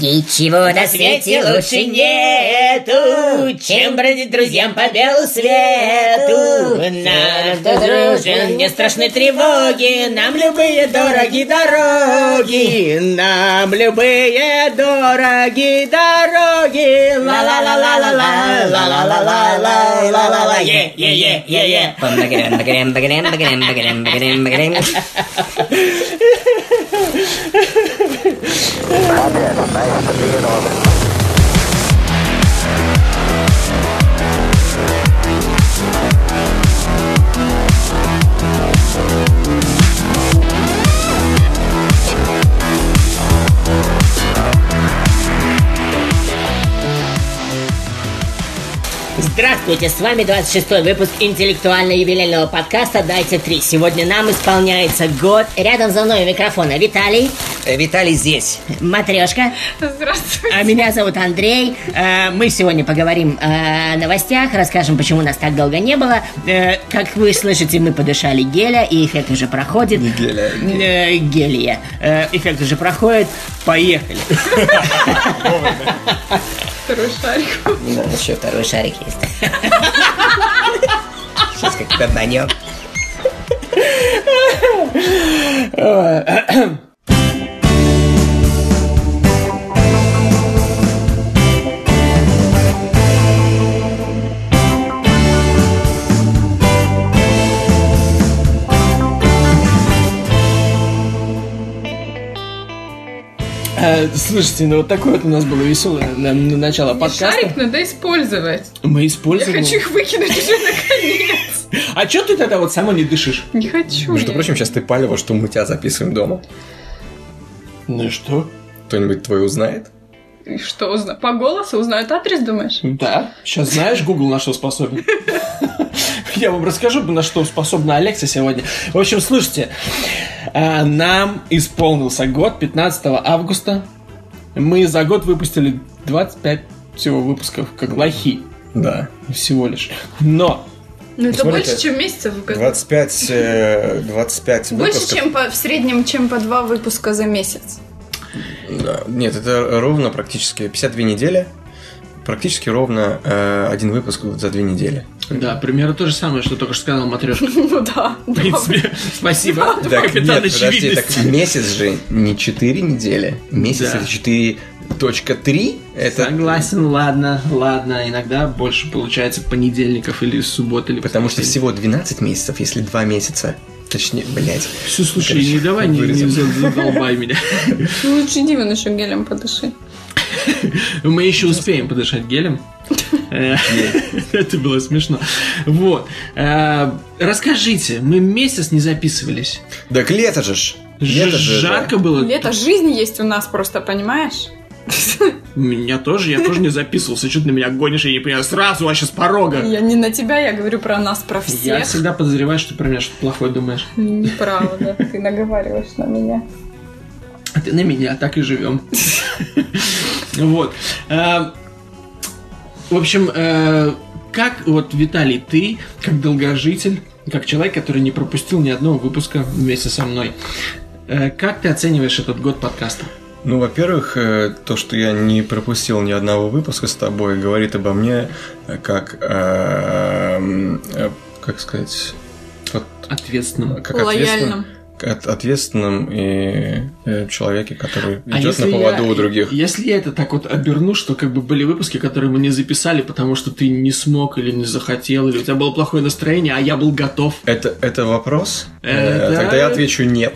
Ничего на свете лучше нету, чем бродить друзьям по белу свету. Нам, кто дружен, не страшны тревоги, нам любые дороги дороги, нам любые дороги дороги. Ла-ла-ла-ла-ла-ла, ла-ла-ла-ла-ла-ла-ла, е е е е е Багрем, багрем, багрем, багрем, багрем, багрем, багрем. Здравствуйте, с вами 26-й выпуск интеллектуально-юбилейного подкаста «Дайте три». Сегодня нам исполняется год. Рядом за мной у микрофона Виталий, Э, Виталий здесь. Матрешка, Здравствуйте. а меня зовут Андрей. Э, Мы сегодня поговорим о новостях, расскажем, почему нас так долго не было. Э, Как вы слышите, мы подышали геля, и эффект уже проходит. геля, а Э, Гелия. Э, Эффект уже проходит. Поехали. Второй шарик. Ну, еще второй шарик есть. Сейчас как тебя банем. Э, Слушайте, ну вот такое вот у нас было веселое на, на начало подкаста. Шарик надо использовать. Мы Я использовали. хочу их выкинуть уже наконец. А чё ты тогда вот сама не дышишь? Не хочу. Между я. прочим, сейчас ты палево, что мы тебя записываем дома. Ну и что? Кто-нибудь твой узнает? И Что узна... По голосу узнают адрес, думаешь? Ну, Да. Сейчас знаешь, Google на что способен. Я вам расскажу, на что способна Алекса сегодня. В общем, слушайте, э, нам исполнился год 15 августа. Мы за год выпустили 25 всего выпусков, как лохи Да. всего лишь. Но Ну, это Смотрите, больше, чем месяцев в году. 25, э, 25 Больше, выпусков. чем по, в среднем, чем по два выпуска за месяц. Да. Нет, это ровно практически 52 недели. Практически ровно э, один выпуск за две недели. да, примерно то же самое, что только что сказал Матрешка. Ну да. В принципе, спасибо, капитан нет, подожди, так очевидности. месяц же не 4 недели. Месяц Да. это 4.3. Это Согласен, ладно, ладно. Иногда больше получается понедельников или суббот или Потому что воскресенье. всего 12 месяцев, если 2 месяца. Точнее, блять. Всё, слушай, Короче, не давай, не, не вырезал. за- задолбай меня. Ну, Лучше Диван еще гелем подыши. Мы еще успеем подышать гелем. Э, Это было смешно. Вот. Э, Расскажите, мы месяц не записывались. Так лето же ж. Ж- Лето же, да. Жарко было. Лето, жизнь есть у нас просто, понимаешь? У Меня тоже, я тоже не записывался. Что ты на меня гонишь, я не понимаю. Сразу вообще с порога. Я не на тебя, я говорю про нас, про всех. Ну, Я всегда подозреваю, что ты про меня что-то плохое думаешь. Неправда, ты наговариваешь на меня. А ты на меня, так и живем. Вот. Э, В общем, э, как вот, Виталий, ты, как долгожитель, как человек, который не пропустил ни одного выпуска вместе со мной, э, как ты оцениваешь этот год подкаста? Ну, во-первых, э, то, что я не пропустил ни одного выпуска с тобой, говорит обо мне э, как... э, м, э, Как сказать... вот, Ответственным. Как Лояльным. ответственным, от- ответственном и э, человеке, который А идет на если я- поводу у других. Если я это так вот оберну, что как бы были выпуски, которые мы не записали, потому что ты не смог или не захотел, или у тебя было плохое настроение, а я был готов. Это, это вопрос? Э, Э, да. Тогда я отвечу нет.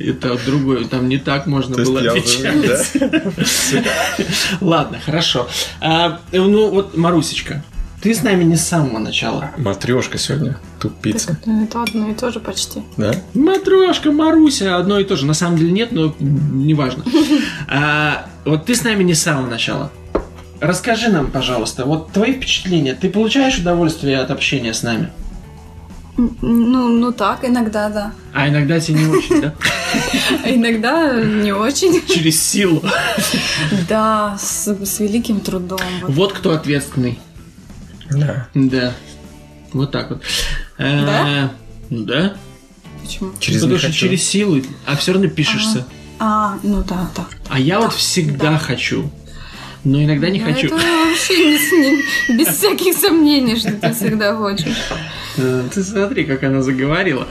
Это другое, там не так можно То есть было я уже- отвечать. да. Ладно, хорошо. А, э, ну вот, Марусечка, ты с нами не с самого начала. Матрешка сегодня, тупица, Ну, Это одно и то же почти. да? Матрешка, Маруся, одно и то же. На самом деле нет, но неважно. А, вот ты с нами не с самого начала. Расскажи нам, пожалуйста, вот твои впечатления. Ты получаешь удовольствие от общения с нами? М, Ну, ну так, иногда, да. А иногда тебе не очень, да? А иногда э, не очень. Через силу. Да, с, с великим трудом. вот. Вот кто ответственный. Да. Да. Вот так вот. Э, Да? Да. Почему? Через Ну, Потому не что хочу. через силу, а все равно пишешься. А, ну да, да. А я вот всегда хочу, но иногда не Ну, хочу. Это вообще не с ним, без всяких сомнений, что ты всегда хочешь. Э, Ты смотри, как она заговорила.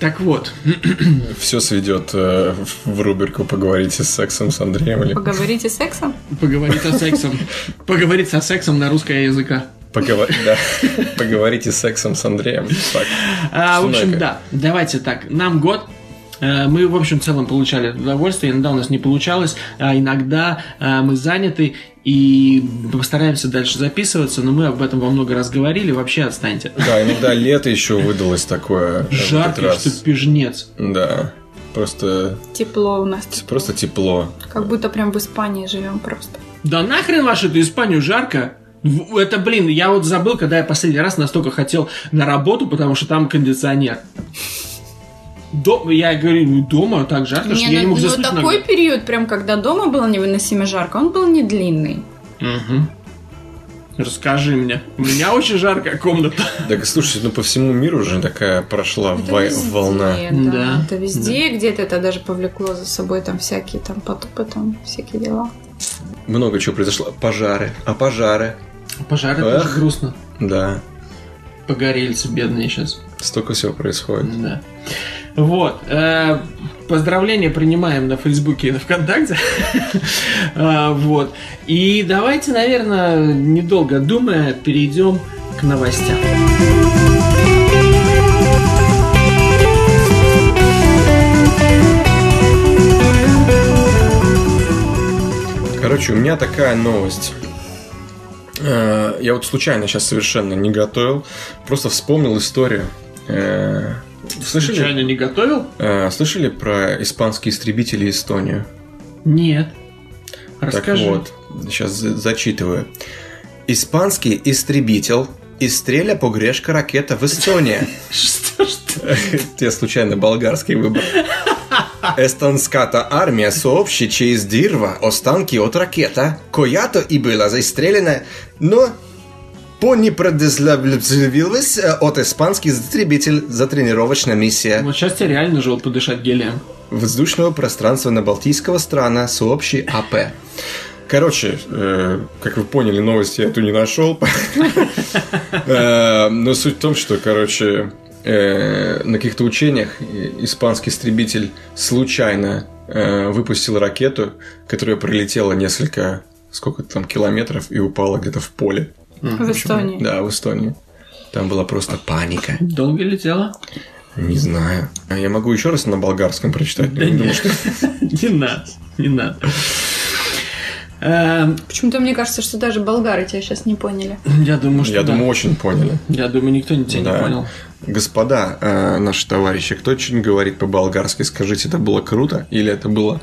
Так вот, Все сведет э, в- в рубрику «Поговорите с сексом с Андреем» или Поговорите сексом? поговорить о сексом. Поговорить со сексом на русском языка. «Поговор- да. «Поговорите с сексом с Андреем». Так. А, в общем, Сунека. да, давайте так. Нам год. Э, Мы, в общем, в целом получали удовольствие, иногда у нас не получалось, а иногда э, мы заняты и постараемся дальше записываться, но мы об этом во много раз говорили, вообще отстаньте. Да, иногда лето еще выдалось такое. э, в этот Жарко, раз. что пижнец. Да. Просто, Тепло у нас. тепло. просто тепло. Как будто прям в Испании живем просто. Да нахрен вашу эту Испанию жарко? В- Это, блин, я вот забыл, когда я последний раз настолько хотел на работу, потому что там кондиционер. До- я говорю, ну, дома так жарко, что я не ну, мог ну, заснуть. иногда. такой период, прям когда дома было невыносимо жарко, он был не длинный. Мгм. Расскажи мне. У меня очень жаркая комната. Так, слушайте, ну по всему миру же такая прошла Это вой- везде, волна. Да, волна. Да. это везде, где-то это даже повлекло за собой там всякие там потупы, там всякие дела. Много чего произошло. Пожары. А пожары? Пожары Эх. тоже грустно. Да. Погорельцы бедные сейчас. Столько всего происходит. Да. Вот. э, Поздравления принимаем на Фейсбуке и на ВКонтакте. А, Вот. И давайте, наверное, недолго думая, перейдем к новостям. Короче, у меня такая новость. Э, Я вот случайно сейчас совершенно не готовил. Просто вспомнил историю. Э, Слышали, Случайно не готовил? э, слышали про испанские истребители и Эстонию? Нет. Расскажи. Так вот, сейчас зачитываю. Испанский истребитель истреля погрешка ракета в Эстонии. Что, что? Я случайно болгарский выбрал. Естонската армія сообщи через дірва останки от ракета, която і була застрелена, но по непредозвілилась э, от іспанський затребитель за тренировочна місія. Вот сейчас тебе реально жил подышать гелием. воздушного пространства на Балтийского страна сообщи АП. Короче, э, как вы поняли, новости я эту не нашел. Э, Но суть в том, что, короче, э, на каких-то учениях э, испанский истребитель случайно э, выпустил ракету, которая пролетела несколько, сколько там, километров и упала где-то в поле. В Эстонии. Да, в Эстонии. Там была просто паника. Долго летела? Не знаю. А Я могу еще раз на болгарском прочитать. но я думаю, что Не надо, не надо. Эм, Почему-то мне кажется, что даже болгары тебя сейчас не поняли. Я думаю, что Я да. думаю, очень поняли. Я думаю, никто не- тебя не Да. понял. Господа, э, наши товарищи, кто что-нибудь говорит по-болгарски, скажите, это было круто или это было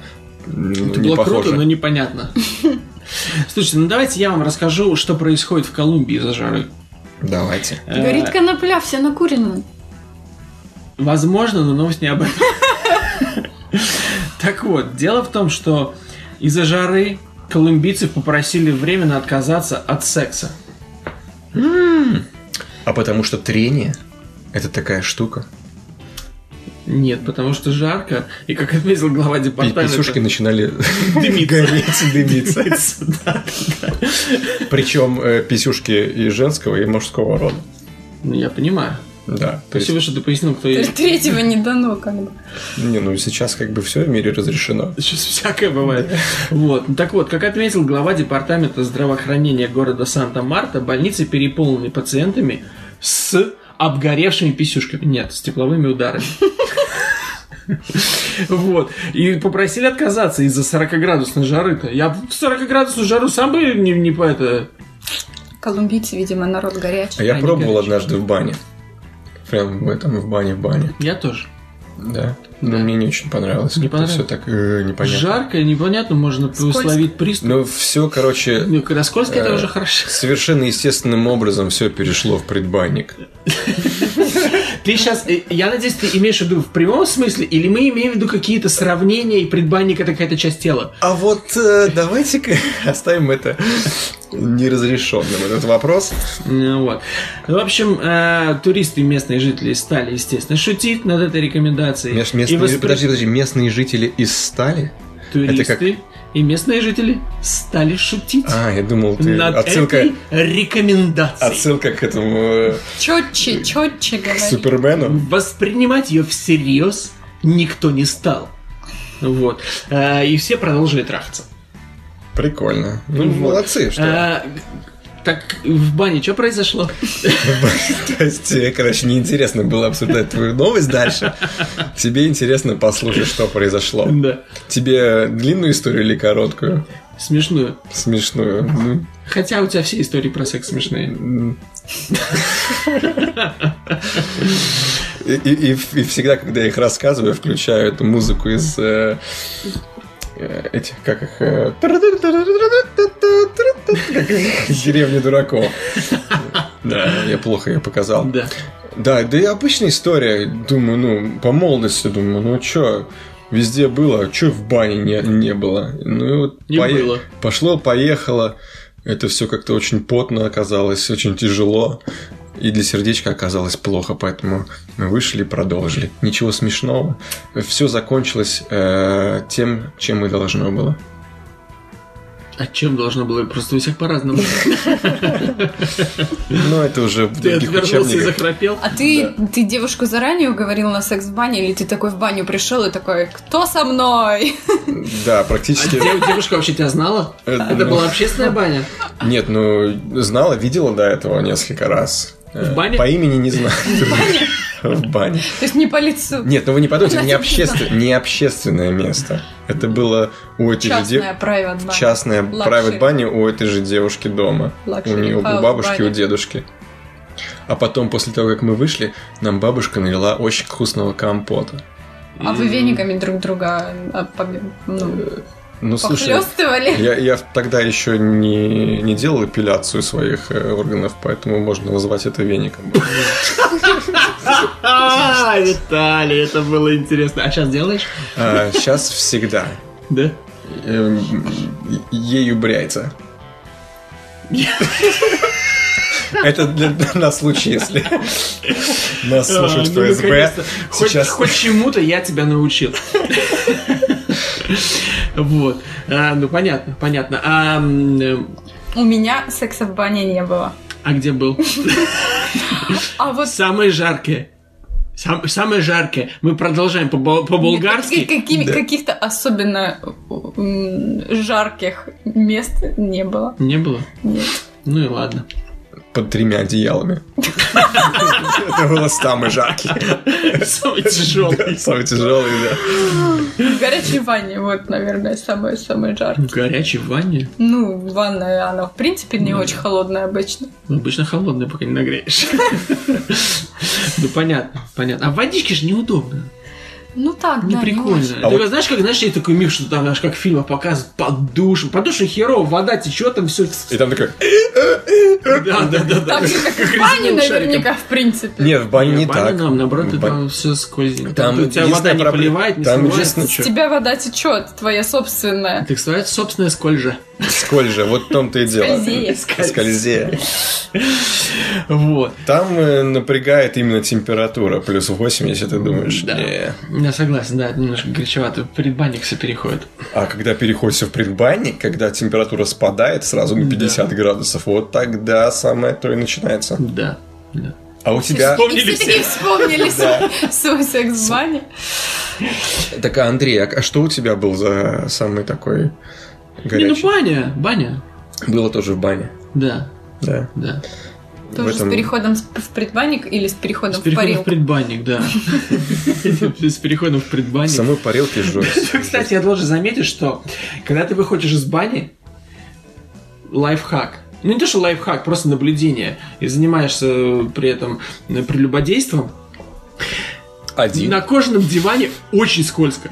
м, Это Ну, не было похоже? круто, но непонятно. Слушайте, ну давайте я вам расскажу, что происходит в Колумбии за жары. Давайте. Э, Горит конопля, все накурено. Возможно, но новость не об этом. Так вот, дело в том, что из-за жары колумбийцев попросили временно отказаться от секса. А потому что трение – это такая штука. Нет, потому что жарко, и как отметил глава Пи- департамента... Писюшки начинали Дымиться. гореть, дымиться. Да, да. Причем э, писюшки и женского, и мужского рода. Ну, Я понимаю. Да, то есть, Спасибо, что ты пояснил, кто я. Даже третьего не дано как бы. не, ну сейчас как бы все в мире разрешено. Сейчас всякое бывает. Вот. Ну, Так вот, как отметил глава департамента здравоохранения города Санта-Марта, больницы переполнены пациентами с обгоревшими писюшками. Нет, с тепловыми ударами. Вот. И попросили отказаться из-за 40-градусной жары-то. Я в 40-градусную жару сам бы не, не по это... Колумбийцы, видимо, народ горячий. А я Они пробовал горячие. однажды в бане. Прям в этом, в бане, в бане. Я тоже. Да. Но Да. мне не очень понравилось. Не Все понравилось? так э, непонятно. Жарко, непонятно, можно Скользко. словить приступ. Но все, короче, Ну, когда скользко, это Э, уже хорошо. совершенно естественным образом все перешло в предбанник. Ты сейчас, я надеюсь, ты имеешь в виду в прямом смысле, или мы имеем в виду какие-то сравнения, и предбанник это какая-то часть тела? А вот э, давайте-ка оставим это неразрешенным, этот вопрос. Ну, вот. В общем, э, туристы и местные жители стали, естественно, шутить над этой рекомендацией. Меж- И местные- воспри- Подожди, подожди, местные жители из стали? Туристы и местные жители стали шутить А, я думал, ты над отсылка, этой рекомендацией. отсылка к этому э, Четче, четче к говори. Супермену. Воспринимать ее всерьез никто не стал. Вот. А, И все продолжили трахаться. Прикольно. Ну, Вот. молодцы, что. А, Так в бане что произошло? То есть, э, короче, неинтересно было обсуждать твою новость дальше. Тебе интересно послушать, что произошло. Да. Тебе длинную историю или короткую? Смешную. Смешную. Ну, Хотя у тебя все истории про секс смешные. м. И, и- и в- и всегда, когда я их рассказываю, включаю эту музыку из э, э, этих, как их, э, как их из деревни дураков. Да, я плохо ее показал. Да. Да, да и обычная история. Думаю, ну, по молодости, думаю, ну чё, везде было, а чё в бане не, не было. Ну и вот Не было. пошло, поехало. Это все как-то очень потно оказалось, очень тяжело. И для сердечка оказалось плохо, поэтому мы вышли и продолжили. Ничего смешного. Все закончилось э, тем, чем и должно было. А чем должно было? Просто у всех по-разному. Но Ну, это уже в Ты других отвернулся и учебниках. захрапел. А ты, ты девушку заранее уговорил на секс в бане, или ты такой в баню пришел и такой, кто со мной? Да, А практически. дев- девушка вообще тебя знала? Э, Это ну. была общественная баня? Нет, ну знала, видела до этого несколько раз. Э, бане? По имени не знаю. В бане. То есть не по лицу. Нет, ну вы не подумайте, Она не, тебя обществе- не общественное место. Это было у этой же Частная девушки. private бань. Частная Luxury. private баня у этой же девушки дома. Luxury у нее у house бабушки, баня. у дедушки. А потом, после того, как мы вышли, нам бабушка налила очень вкусного компота. А вы вениками друг друга а, поб- ну, Ну, слушай, похлёстывали? я, я тогда еще не, не делал эпиляцию своих э, органов, поэтому можно назвать это веником. А, Виталий, это было интересно. А сейчас делаешь? Сейчас А, всегда. Да. Эм, е- Ею бряется. Это для, на случай, если нас слушают А, ну, ФСБ. наконец-то. Хоть, Сейчас хоть чему-то я тебя научил. Вот. А, ну, понятно, понятно. А, м, У меня секса в бане не было. а где был? А вот Самые жаркие. Сам- самые жаркие. Мы продолжаем по- Нет, по-болгарски. как- какими- Да. Каких-то особенно м, жарких мест не было. Не было? Нет. Ну и ладно. под тремя одеялами. Это было самый жаркий. Самый тяжелый. Самый тяжелый, да. В горячей ванне, вот, наверное, самое-самое жаркое. В горячей ванне. Ну, ванная, она, в принципе, не очень холодная обычно. Ну, Обычно холодную, пока не нагреешь. Ну, понятно, понятно. А в водичке же неудобно. Ну так, Не да, прикольно. очень. А Ты вот- знаешь, как знаешь, есть такой миф, что там аж как в фильмах показывают под душем. Под душем херово, вода течет, там все. И там такой... Да, да, да, да. Так же, как Как в бане, резиновым шариком. наверняка, в принципе. Нет, в бане не В бане так. Нам, наоборот, В ты ба- там все скользит. Там Там тебя вода единственная не проблема- поливает, не там смывает. единственное- С тебя вода течет, твоя собственная. Так сказать, собственная скольжа. Сколь же, вот в том-то и дело. Скользеет. Скользеет. Вот. Там э, напрягает именно температура, плюс 8, если ты думаешь. Да. «Не». Я согласен, да, это немножко горячевато. Предбанник все переходит. А когда переходишь в предбанник, когда температура спадает сразу на 50 градусов, вот тогда самое то и начинается. Да. да. А у тебя... Вспомнили и все-таки вспомнили свой- свой секс в бане. Так, а, Андрей, а а что у тебя был за самый такой Не, ну горячий? баня, баня. Было тоже в бане. Да, Да. да. Тоже В этом- с переходом с- в предбанник или с переходом С в переходом в парилку? предбанник, да. С переходом в В предбанник. самой парилке жжешь. Кстати, я должен заметить, что когда ты выходишь из бани, лайфхак. Ну не то, что лайфхак, просто наблюдение. И занимаешься э, при этом э, прелюбодейством. Один. На кожаном диване очень скользко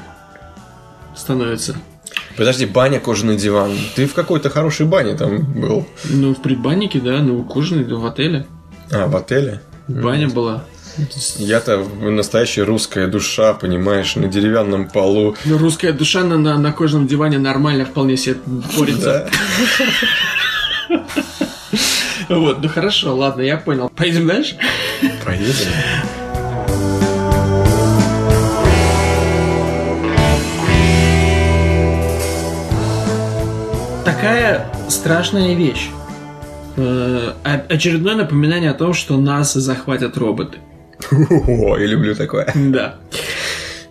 становится. Подожди, баня, кожаный диван. Ты в какой-то хорошей бане там был. Ну, в предбаннике, да, ну, кожаный, да, в отеле. А, в отеле? Баня была. Я-то в- настоящая русская душа, понимаешь, на деревянном полу. Ну, русская душа на, на, на кожаном диване нормально вполне себе борется. Да. Вот, ну хорошо, ладно, я понял. Пойдем дальше? Поедем. такая страшная вещь. Э, о- Очередное напоминание о том, что нас захватят роботы. О, я люблю такое. Да.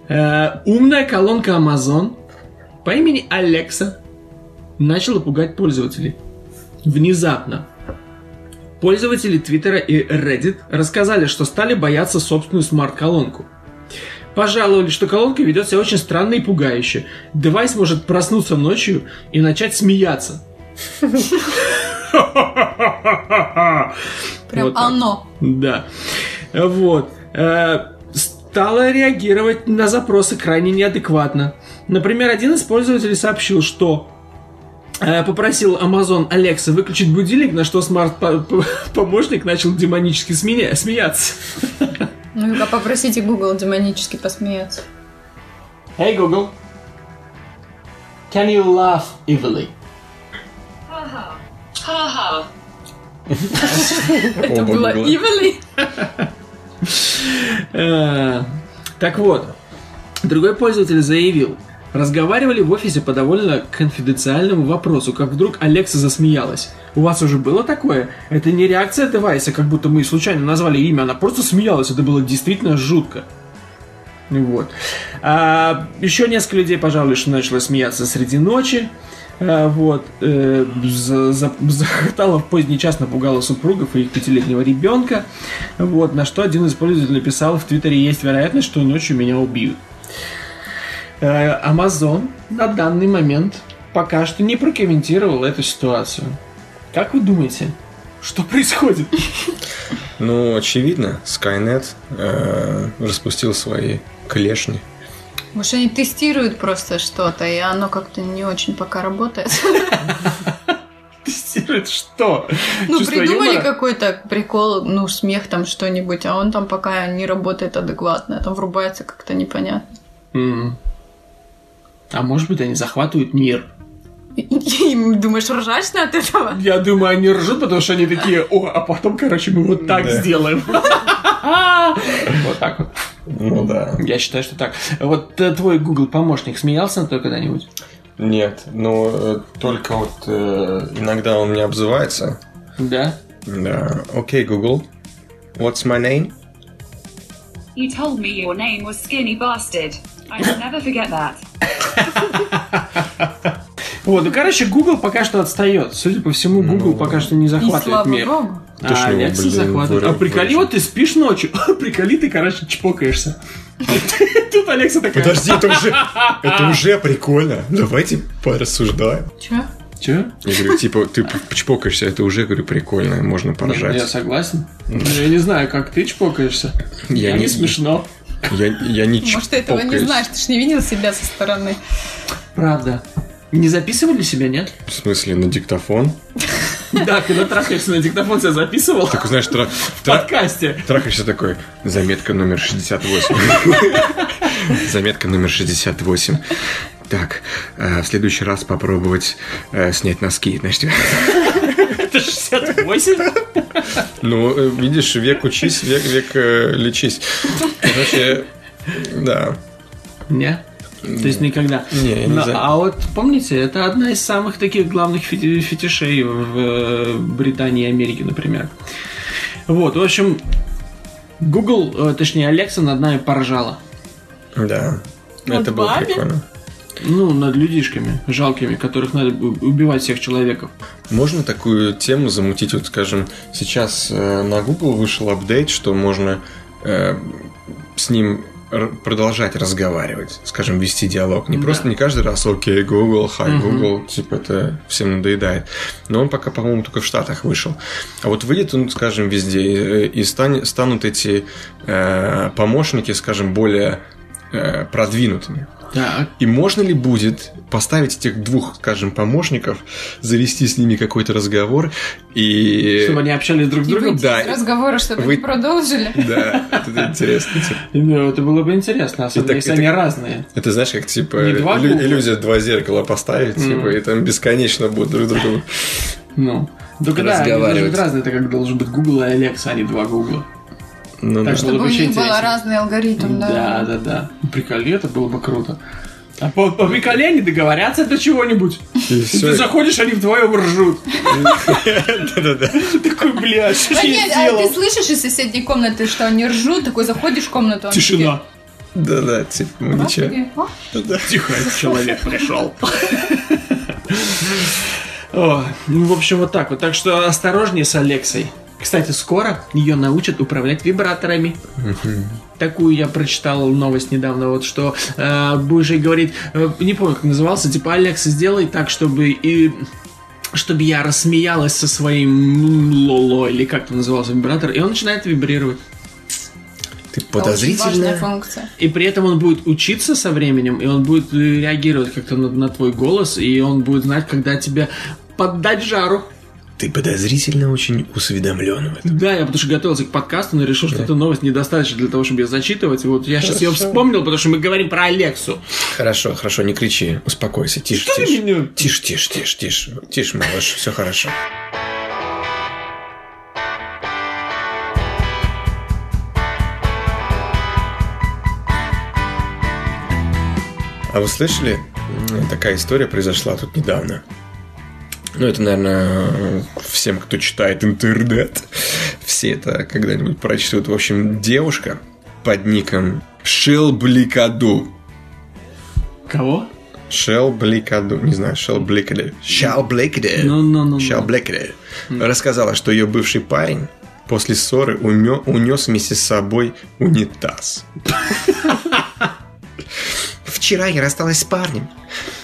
Э, Умная колонка Amazon по имени Alexa начала пугать пользователей. Внезапно. Пользователи Твиттера и Reddit рассказали, что стали бояться собственную смарт-колонку. Пожаловали, что колонка ведет себя очень странно и пугающе. Девайс может проснуться ночью и начать смеяться. Прям Вот так. оно. Да. Вот. Э, Стала реагировать на запросы крайне неадекватно. Например, один из пользователей сообщил, что э, попросил Amazon Alexa выключить будильник, на что смарт-помощник начал демонически сменя- смеяться. Ну-ка, Ну, попросите Google демонически посмеяться. Hey Google, can you laugh evilly? Ха-ха. О, Это было Google. Ивали? Э, Так вот, другой пользователь заявил, разговаривали в офисе по довольно конфиденциальному вопросу, как вдруг Алекса засмеялась. У вас уже было такое? Это не реакция девайса, как будто мы случайно назвали имя, она просто смеялась, это было действительно жутко. Вот. еще несколько людей пожалуй, что начало смеяться среди ночи. А, вот. э, за- за- захохотала в поздний час, напугала супругов и их пятилетнего ребенка. Вот. На что один из пользователей написал в Твиттере есть вероятность, что ночью меня убьют. Э, Amazon на данный момент пока что не прокомментировал эту ситуацию. Как вы думаете, что происходит? Ну, очевидно, Skynet э, распустил свои клешни. Может, они тестируют просто что-то, и оно как-то не очень пока работает. Тестирует что? Ну, Чувство придумали юмора? какой-то прикол, ну, смех там что-нибудь, а он там пока не работает адекватно, а там врубается как-то непонятно. М. А может быть, они захватывают мир? И- и- и Думаешь, ржачно от этого? Я думаю, они ржут, потому что они такие, о, а потом, короче, мы вот так Да. сделаем. Вот так вот. Ну да. Я считаю, что так. Вот э, твой Google помощник смеялся на то когда-нибудь? Нет, но э, только вот э, иногда он меня обзывается. Да. Да. Окей, Google. What's my name? You told me your name was Skinny Bastard. I will never forget that. Вот, ну, короче, Google пока что отстает. Судя по всему, Ну Google пока что не И захватывает слава мир. богу. Ты ж А его, Алекса блин, захватывает. выру- А приколи, выручил. вот ты спишь ночью, а приколи, ты, короче, чпокаешься. Тут Алекса такая... это уже, это уже прикольно. Давайте порассуждаем. Чё? Чё? Я говорю, типа, ты чпокаешься, это уже, говорю, прикольно, можно поржать. ну, Я согласен. Но Я не знаю, как ты чпокаешься. Я Я не не- смешно. Я, я не Может, ты этого не чпокаюсь. знаешь, ты ж не видел себя со стороны. Правда. Не записывали себя, нет? В смысле, на диктофон? Да, когда трахаешься на диктофон, себя записывал Такой, знаешь, тра- в тра- подкасте. трахаешься такой, заметка номер 68. Заметка номер 68. Так, э, в следующий раз попробовать э, снять носки, значит. Это 68? Ну, э, видишь, век учись, век, век э, лечись. Короче, да. Не. То есть никогда. Не, я не Но- знаю. А вот помните, это одна из самых таких главных фети- фетишей в э, Британии и Америке, например. Вот, в общем, Google, э, точнее, Alexa над нами поржала. Да. Над Это было вами? прикольно. Ну, над людишками, жалкими, которых надо у- убивать всех человеков. Можно такую тему замутить? Вот, скажем, сейчас э, на Google вышел апдейт, что можно э, с ним р- продолжать разговаривать, скажем, вести диалог. Не Да. просто не каждый раз «Окей, Google, хай, Мгм. Google», типа это всем надоедает. Но он пока, по-моему, только в Штатах вышел. А вот выйдет он, скажем, везде, э, и стань- станут эти э, помощники, скажем, более э, продвинутыми. Так. И можно ли будет поставить этих двух, скажем, помощников, завести с ними какой-то разговор и... Чтобы они общались друг с И другом. выйти да. из разговора, чтобы Вы- не продолжили. Да, это интересно. типа. Ну, это было бы интересно, особенно так- если и так- они разные. Это знаешь, как типа Не два иллю- Гугла. иллюзия два зеркала поставить, типа, и там бесконечно будут друг другу. Ну. Только да, они должны Разговаривать. быть разные, так как должен быть Google и Alexa, а не два Гугла. Ну, Так да. что Чтобы у вообще них был интересно. Ну разный алгоритм, да. Да, да, да. Приколи, это было бы круто. А по, по Миколе они договорятся до чего-нибудь. Ты заходишь, они вдвоем ржут. Да-да-да. Такой, блядь, что Да же я нет, а ты сделал? слышишь из соседней комнаты, что они ржут, такой заходишь в комнату, они Тишина. Да-да, типа, мы такие, ничего. «А, Тихо, человек пришел. О, ну, в общем, вот так вот. Так что осторожнее с Алексой. Кстати, скоро ее научат управлять вибраторами. Такую я прочитал новость недавно, вот что э, Бужий говорит, э, не помню, как назывался, типа, Алекса, сделай так, чтобы и чтобы я рассмеялась со своим лоло, или как там назывался вибратор, и он начинает вибрировать. Ты очень важная подозрительная. функция. И при этом он будет учиться со временем, и он будет э, реагировать как-то на, на твой голос, и он будет знать, когда тебе поддать жару. Ты подозрительно очень усведомлен в этом. Да, я потому что готовился к подкасту, но решил, что эта новость недостаточно для того, чтобы ее зачитывать. И вот я сейчас ее вспомнил, потому что мы говорим про Алексу. Хорошо, хорошо, не кричи. Успокойся, тише, Что ты меня- тише. Тише, тише, тише, тише. Тише, малыш, все хорошо. А вы слышали, м, такая история произошла тут недавно. Ну, это, наверное, всем, кто читает интернет, все это когда-нибудь прочтут. В общем, девушка под ником Шелбликаду. Кого? Шел Бликаду, не знаю, Шел Бликаду. Шел Бликаду. Ну, ну, ну, Шел ну. Бликаду. Рассказала, что ее бывший парень после ссоры умё- унес вместе с собой унитаз. Вчера я рассталась с парнем.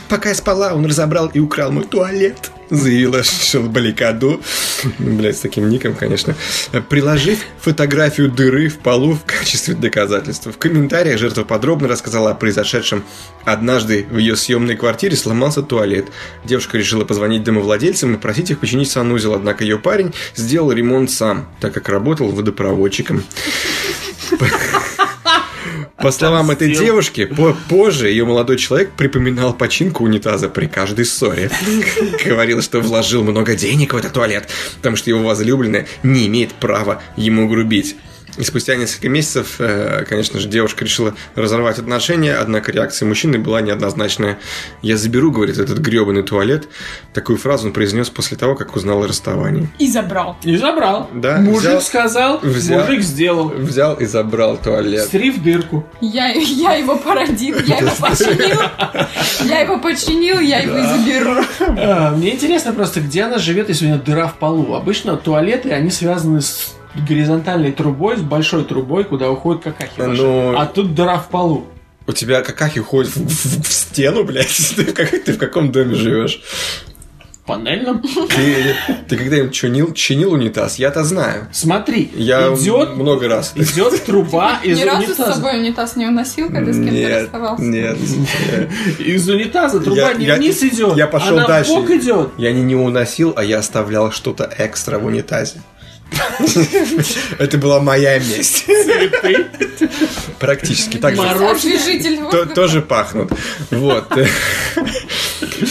Пока я спала, он разобрал и украл мой туалет. Заявила Шелбликаду. Блять, Ну, с таким ником, конечно. Приложив фотографию дыры в полу в качестве доказательства. В комментариях жертва подробно рассказала о произошедшем. Однажды в ее съемной квартире сломался туалет. Девушка решила позвонить домовладельцам и просить их починить санузел. Однако ее парень сделал ремонт сам, так как работал водопроводчиком. По словам этой девушки, по- позже ее молодой человек припоминал починку унитаза при каждой ссоре. Говорил, что вложил много денег в этот туалет, потому что его возлюбленная не имеет права ему грубить. И спустя несколько месяцев, э, конечно же, девушка решила разорвать отношения, однако реакция мужчины была неоднозначная. «Я заберу», — говорит, — «этот гребаный туалет». Такую фразу он произнес после того, как узнал о расставании. И забрал. И забрал. Да, мужик взял- сказал, взял. мужик сделал. Взял и забрал туалет. Стрив дырку. Я, я его породил, я его починил. Я его починил, я его и заберу. А, Мне интересно просто, где она живет, если у нее дыра в полу. Обычно туалеты, они связаны с горизонтальной трубой, с большой трубой, куда уходит какахи. ваши. Ну- А тут дыра в полу. У тебя какахи ходят в, в- в стену, блядь. Ты в, как- ты в каком доме живешь? В Панельном? Ты, ты когда-нибудь чинил, чинил унитаз? Я-то знаю. Смотри, Я идет много раз. Идет труба из Ни разу с А, унитаза. собой унитаз не уносил, когда с кем-то Нет, расставался. нет. Из унитаза труба Я- не я- вниз идет, я пошел она дальше. вбок идет. Я не, не уносил, а я оставлял что-то экстра в унитазе. Это была моя месть. Практически. Так же. Мороз. Освежитель То- воздуха. Тоже пахнут. Вот.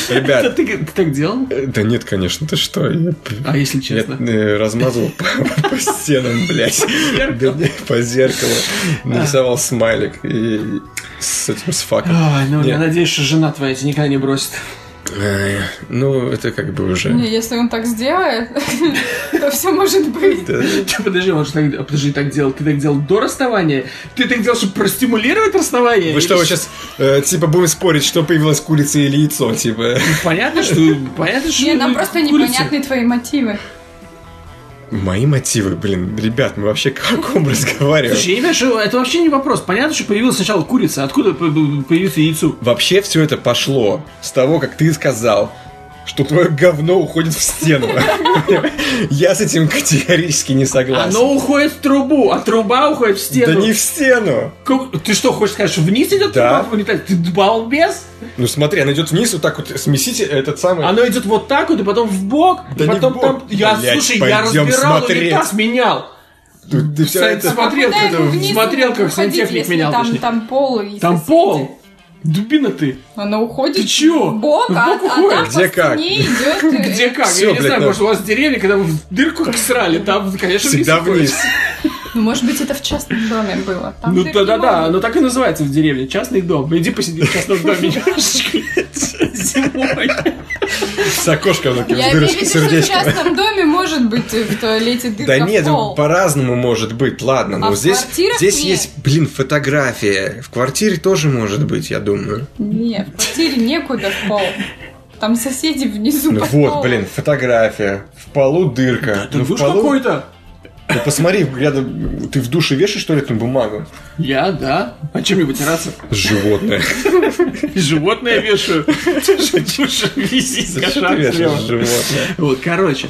Это Ребят, ты, ты так делал? э, да нет, конечно, ты что? я- А если Я честно? э, размазывал по, по стенам, блядь. Да не, По зеркалу. А. Нарисовал смайлик и с этим с факом. Ой, ну я Нет. надеюсь, что жена твоя тебя никогда не бросит. Э, Ну, это как бы уже. Не, если он так сделает, то все может быть. Да. Чё, подожди, он же так, а, подожди, так делал. Ты так делал до расставания? Ты так делал, чтобы простимулировать расставание? Вы что, Или вы сейчас, типа, будем спорить, что появилось курица или яйцо, типа? Понятно, что... Понятно, что... Не, нам просто курица. непонятны твои мотивы. Мои мотивы, блин, ребят, мы вообще о ком разговариваем? Слушай, я не понимаю, что это вообще не вопрос. Понятно, что появилась сначала курица. Откуда по- по- появится яйцо? Вообще все это пошло с того, как ты сказал, что твое говно уходит в стену. Я с этим категорически не согласен. А Оно уходит в трубу, а труба уходит в Да стену. не в стену! Как- Ты что, хочешь сказать, что вниз идет Да. труба в унитазе? Ты балбес? Ну смотри, она идет вниз, вот так вот смесите этот самый. Оно идет вот так вот, и потом в бок, Да и не потом вбок. там. Я, Блядь, слушай, я пойдем разбирал смотреть. унитаз, менял. Ты, ты всё Кстати, это- смотрел, Куда как ему это- вниз смотрел, как уходить, сантехник если менял, Там, точнее. там пол и Там соседи? пол. Дубина ты. Она уходит Ты чё? в бок, Ну, а, бок а уходит. там Где по как? стене идет... э, Где как? Всё, я не блядь, знаю, ну. может, у вас в деревне, когда вы в дырку срали, там, конечно, Всегда уходит. вниз. Ну, может быть, это в частном доме было. Там Ну дырки да, да, да, мало. оно так и называется в деревне. Частный дом. Ну, Иди посиди в частном доме немножечко зимой. С окошком таким, Я с имею в дырочкой, виду, что в сердечком. частном доме может быть э, в туалете дырка Да нет, ну, в пол. по-разному может быть, ладно, А но в здесь, квартирах здесь нет. есть, блин, фотография. В квартире тоже может быть, я думаю. Не, в квартире некуда в пол. Там соседи внизу Ну под вот, полом. блин, фотография. В полу дырка. Ты Ну, в душ полу- какой-то? Ну, посмотри, рядом, ты в душе вешаешь туалетную бумагу? Я, да. А чем мне вытираться? Животное. Животное вешаю. Ты же чушь, виси с Зачем ты кошак вешаешь слева. животное? Вот, короче.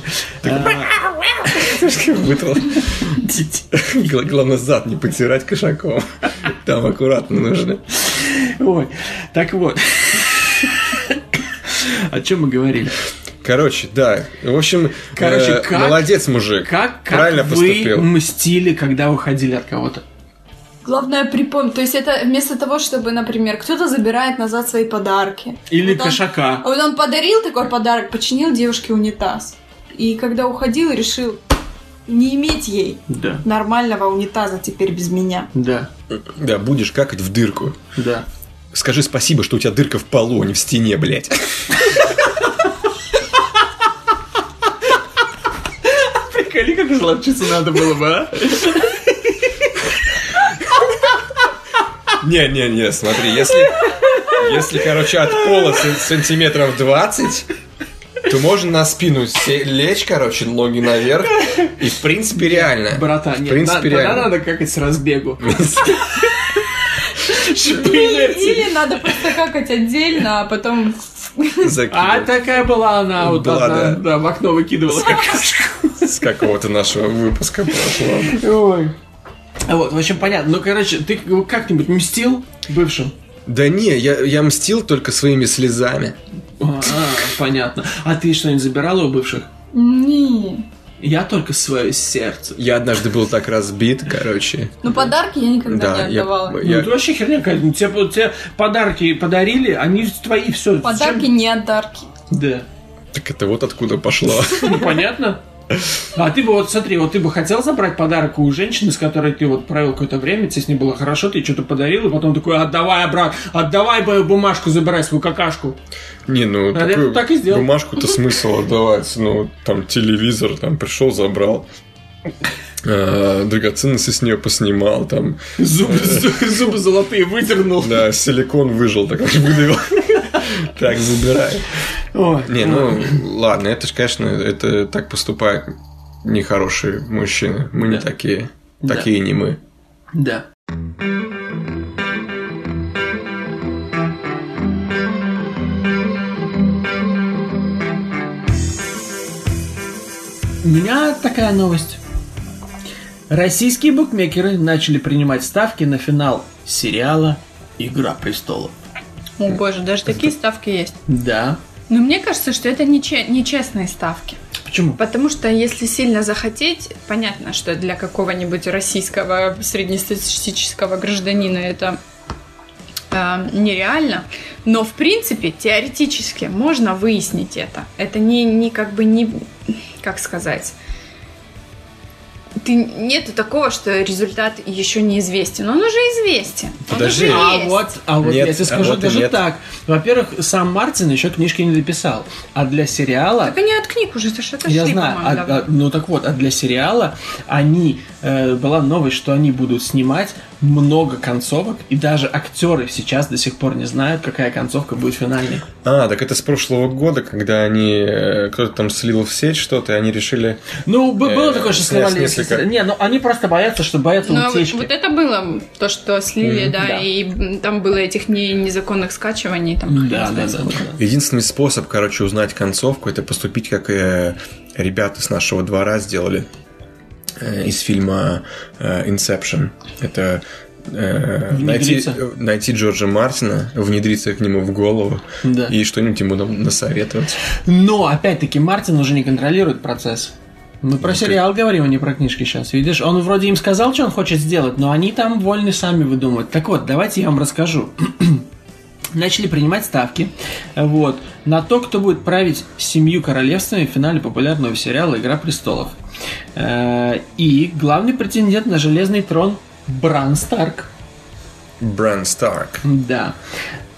Вытрал. Гла- Главное, зад не потирать кошаком. Там аккуратно нужно. Ой, так вот. О чем мы говорили? Короче, да. В общем, Короче, э, как- молодец, мужик. Как, как Правильно вы поступил. мстили, когда уходили от кого-то? Главное припомнить. То есть это вместо того, чтобы, например, кто-то забирает назад свои подарки. Или Вот он- кошака. А вот он подарил такой подарок, починил девушке унитаз. И когда уходил, решил не иметь ей Да. нормального унитаза теперь без меня. Да. Да, будешь какать в дырку. Да. Скажи спасибо, что у тебя дырка в полу, а не в стене, блядь. Приколи, как изловчиться надо было бы, а? Не-не-не, смотри, если, если, короче, от пола сен- сантиметров 20, то можно на спину се- лечь, короче, ноги наверх. И, в принципе, реально. Братан, в нет, на- принципе, тогда реально. надо какать с разбегу. Или, Шпилец. или надо просто какать отдельно, а потом... А Закидывать такая была она, вот Была, одна, да. да, в окно выкидывала. с какого-то нашего выпуска прошлого. Ой. А Вот, в общем, понятно. Ну, короче, ты как-нибудь мстил бывшим? Да не, я, я мстил только своими слезами. А, а, понятно. А ты что-нибудь забирала у бывших? Не. Я только свое сердце. Я однажды был так разбит, короче. Ну, подарки я никогда Да, не я, отдавала. я- Ну, это вообще херня какая-то. Ну, Тебе, вот тебе подарки подарили, они твои, все. Подарки не отдарки. Да. Так это вот откуда пошло. Ну, понятно. А ты бы вот смотри, вот ты бы хотел забрать подарок у женщины, с которой ты вот провел какое-то время, тебе с ней было хорошо, ты ей что-то подарил, и потом такой, отдавай, брат, отдавай мою бумажку, забирай свою какашку. Не, ну, Наверное, такую так и сделал. бумажку-то смысл отдавать. Ну, там телевизор, там пришел, забрал. Э, Драгоценности с нее поснимал, там, Зубы, зубы золотые выдернул. да, силикон выжил, так выдавил. Так, забирай. Ой, Не, ну, ладно, это же, конечно, это так поступают нехорошие мужчины. Мы не Да. такие. Да. Такие не мы. Да. У меня такая новость. Российские букмекеры начали принимать ставки на финал сериала «Игра престолов». О боже, даже такие ставки есть. Да. Но мне кажется, что это нече- нечестные ставки. Почему? Потому что если сильно захотеть, понятно, что для какого-нибудь российского среднестатистического гражданина это э, нереально, но в принципе теоретически можно выяснить это. Это не, не как бы не, как сказать. Ты, нету такого, что результат еще неизвестен. Он уже известен. Он Подожди. уже А есть. вот, а вот Нет, я тебе а скажу вот и даже нет. так. Во-первых, сам Мартин еще книжки не дописал. А для сериала... Так они от книг уже что отошли, Я знаю, по-моему, а- давно. а, ну так вот, а для сериала они э, была новость, что они будут снимать много концовок, и даже актеры сейчас до сих пор не знают, какая концовка будет финальной. А, так это с прошлого года, когда они... э, Кто-то там слил в сеть что-то, и они решили... Ну, б- Э, было такое, что сняв снимали. несколько. Не, ну они просто боятся, что боятся Ну, а вот, утечки. вот это было то, что слили, Мгм, да, да. и м, там было этих не- незаконных скачиваний, там хрен да, да, знает да, сколько. да, да. Единственный способ, короче, узнать концовку, это поступить, как э, ребята с нашего двора сделали э, из фильма э, Inception. Это э, найти, Внедриться. э, найти Джорджа Мартина, внедриться к нему в голову Да. и что-нибудь ему там насоветовать. Но опять-таки Мартин уже не контролирует процесс. Мы про ты- сериал говорим, а не про книжки сейчас. Видишь, он вроде им сказал, что он хочет сделать, но они там вольны сами выдумывать. Так вот, давайте я вам расскажу. Начали принимать ставки э, вот, на то, кто будет править семью королевствами в финале популярного сериала «Игра престолов». Э, И главный претендент на железный трон Бран Старк. Бран Старк. Да.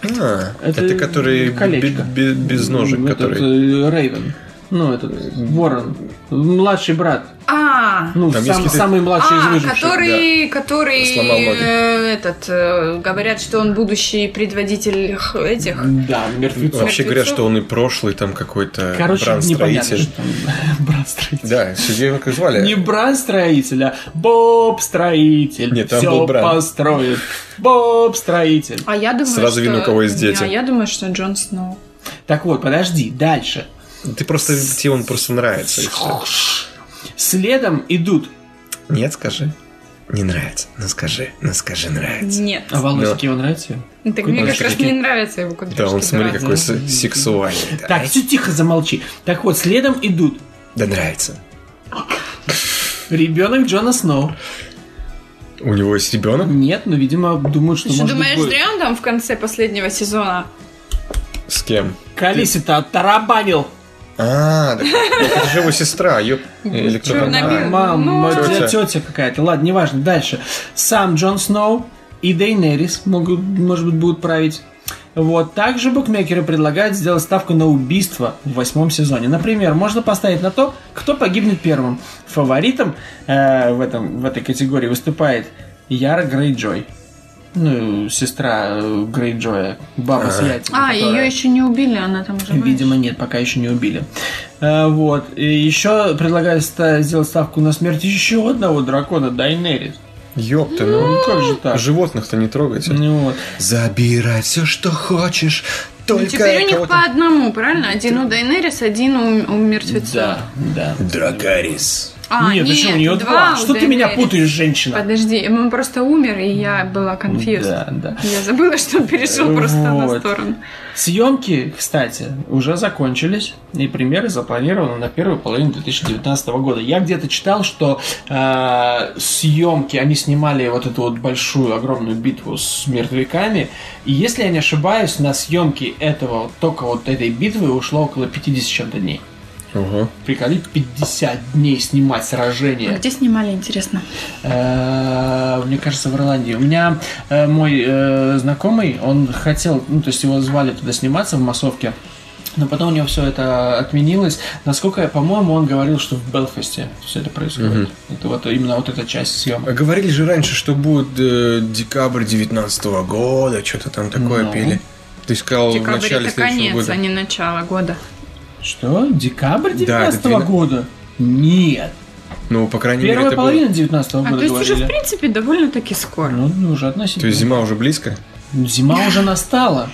А, Это Ну, это, который б- колечко. б- б- без ножек, Этот, который... э, Рейвен. Ну, этот Ворон. Младший брат. А, Ну, Там сам- есть какие-то- самый младший из а, выживших. который, который, Сломал ноги. э, этот, э, говорят, что он будущий предводитель х- этих. Да, мертвецов. Вообще говорят, что он и прошлый там какой-то Короче, непонятно, бран-строитель. что там брат-строитель. Да, все его как звали. Не брат-строитель, а Боб-строитель. Нет, там Всё был Бран. построит. Боб-строитель. А я думаю, Сразу что... видно, у кого есть Не, дети. А я думаю, что Джон Сноу. Так вот, подожди, дальше. Ты просто, тебе он просто нравится. и всё. Следом идут... Нет, скажи. Не нравится. Ну скажи, ну скажи, нравится. Нет. Ну, А волосики его нравятся? Так мне Кудряшки как раз такие. не нравится его кудряшки. Да, он, смотри, дурацкие. какой се- сексуальный. Да, Так, все тихо, замолчи. Так вот, следом идут да нравится. ребенок Джона Сноу. У него есть ребенок? Нет, ну, видимо, думают, что Ты что, может думаешь, быть... будет. зря он там в конце последнего сезона? С кем? Калиси-то оттарабанил. А, да, это же его сестра, ёп. Или кто там? Чернобил. А, Мама, Ну, тётя. тетя какая-то. Ладно, неважно. Дальше. Сам Джон Сноу и Дейнерис могут, может быть, будут править. Вот. Также букмекеры предлагают сделать ставку на убийство в восьмом сезоне. Например, можно поставить на то, кто погибнет первым. Фаворитом э, в, этом, в этой категории выступает Яра Грейджой. Ну, сестра э, Грейджоя, баба с Ну, яйцами. А, которая- ее еще не убили, она там уже. Видимо, нет, пока еще не убили. Э, Вот. И еще предлагаю ста- сделать ставку на смерть еще одного дракона, Дайнерис. Ёп ты, ну. Ну как же так? Животных-то не трогайте. Ну вот. Забирай все, что хочешь, только Ну, Ну, Теперь у них кого-то- по одному, правильно? Один у Дайнерис, один у, у мертвеца. Да, да. Дракарис. А, нет, нет, еще у нее два. у Что ты меня Дейенерис. путаешь, женщина? Подожди, он просто умер, и я была confused. Да, да. Я забыла, что он перешел просто Вот. на сторону. Съемки, кстати, уже закончились, и премьеры запланированы на первую половину 2019 года. Я где-то читал, что э, съемки, они снимали вот эту вот большую, огромную битву с мертвяками, и если я не ошибаюсь, на съемки этого, вот только вот этой битвы ушло около 50 с чем-то дней. Ого. Приколи, 50 дней снимать сражение. А Где снимали, интересно? Э, Мне кажется, в Ирландии. У меня э, мой э, знакомый, он хотел, ну, то есть его звали туда сниматься в массовке, но потом у него все это отменилось. Насколько я, по-моему, он говорил, что в Белфасте все это происходит. Это вот именно вот эта часть съемок. А Говорили же раньше, что будет э, декабрь 19 года, что-то там такое Ну. пели. Ты сказал в Декабрь начале это следующего конец, года. а не начало года. Что? Декабрь Да, это 19 двена- года? Нет. Ну, по крайней мере, Первая это было... половина 19 года А то есть уже, в говорили. принципе, довольно-таки скоро. Ну, ну, уже То относительно. есть зима уже близко? Зима уже настала.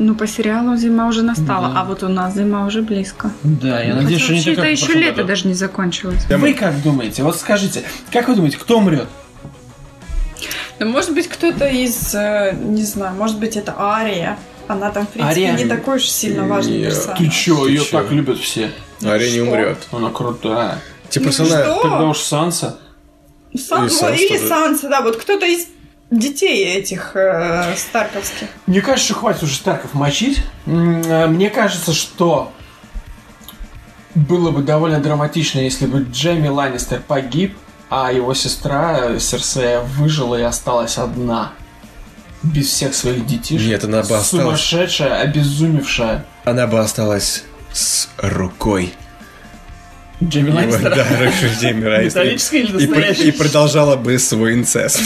Ну, по сериалу зима уже настала, Да. а вот у нас зима уже близко. Да, я надеюсь, что Хотя не так, вообще-то как в еще прошлом лето году. даже не закончилось. Я Вы как думаете? Вот скажите, как вы думаете, кто умрет? Ну, может быть, кто-то из, э, не знаю, может быть, это Ария. Она там, в принципе, Ария. не такой уж сильно важный Я- э, Ты персонаж. чё, Ты ее чё? так любят все. Ария не что? умрет. Она крутая. Типа, Ну пацана, что? Ну, Тогда уж Санса. Или Санс или тоже. Санса, да, вот кто-то из детей этих э, старковских. Мне кажется, что хватит уже Старков мочить. М, э, Мне кажется, что было бы довольно драматично, если бы Джейми Ланнистер погиб, а его сестра э, Серсея выжила и осталась одна. Без всех своих детишек. Нет, она бы осталась. Сумасшедшая, обезумевшая. она бы осталась с рукой. Джейми Да, Ланнистер. рождение Райсли. Металлическая или И пр- настоящая? И продолжала бы свой инцест.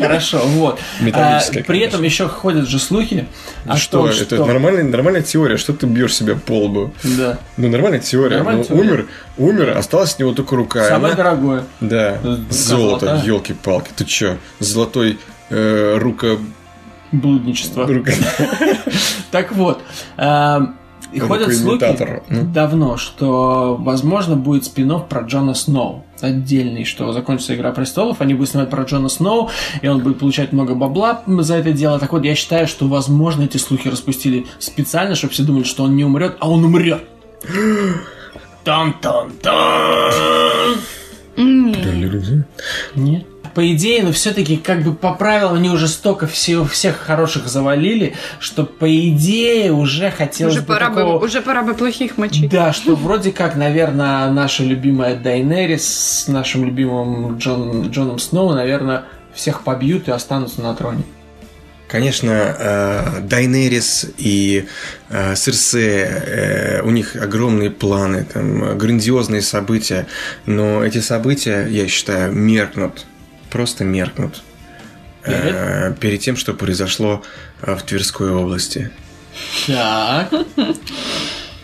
Хорошо, вот. Металлическая, А, При этом конечно. А еще ходят же слухи о Что? том, это- Это нормальная нормальная теория. Что ты бьешь себя по лбу? Да. Ну, нормальная теория. Нормальная ну, теория. умер, умер, осталась от него только рука. Самое Она- дорогое. Да. Э, Золото, золото. елки-палки. Ты чё? Золотой э, рука... Блудничество. рука... Так вот, эм, и ходят слухи Рукоимитатор, ну. давно, что, возможно, будет спин про Джона Сноу. Отдельный, что закончится «Игра престолов», они будут снимать про Джона Сноу, и он будет получать много бабла за это дело. Так вот, я считаю, что, возможно, эти слухи распустили специально, чтобы все думали, что он не умрет, а он умрет. Там-там-там! Да, Нет. люди. Нет. по идее, но все-таки как бы по правилам они уже столько все, всех хороших завалили, что по идее уже хотелось Уже бы пора, такого- бы, уже пора бы плохих мочить. Да, что вроде как, наверное, наша любимая Дайнерис с нашим любимым Джон, Джоном Сноу, наверное, всех побьют и останутся на троне. Конечно, э, Дайнерис и э, Серсе, э, у них огромные планы, там, э, грандиозные события, но эти события, я считаю, меркнут, просто меркнут э, перед тем, что произошло э, в Тверской области. Так.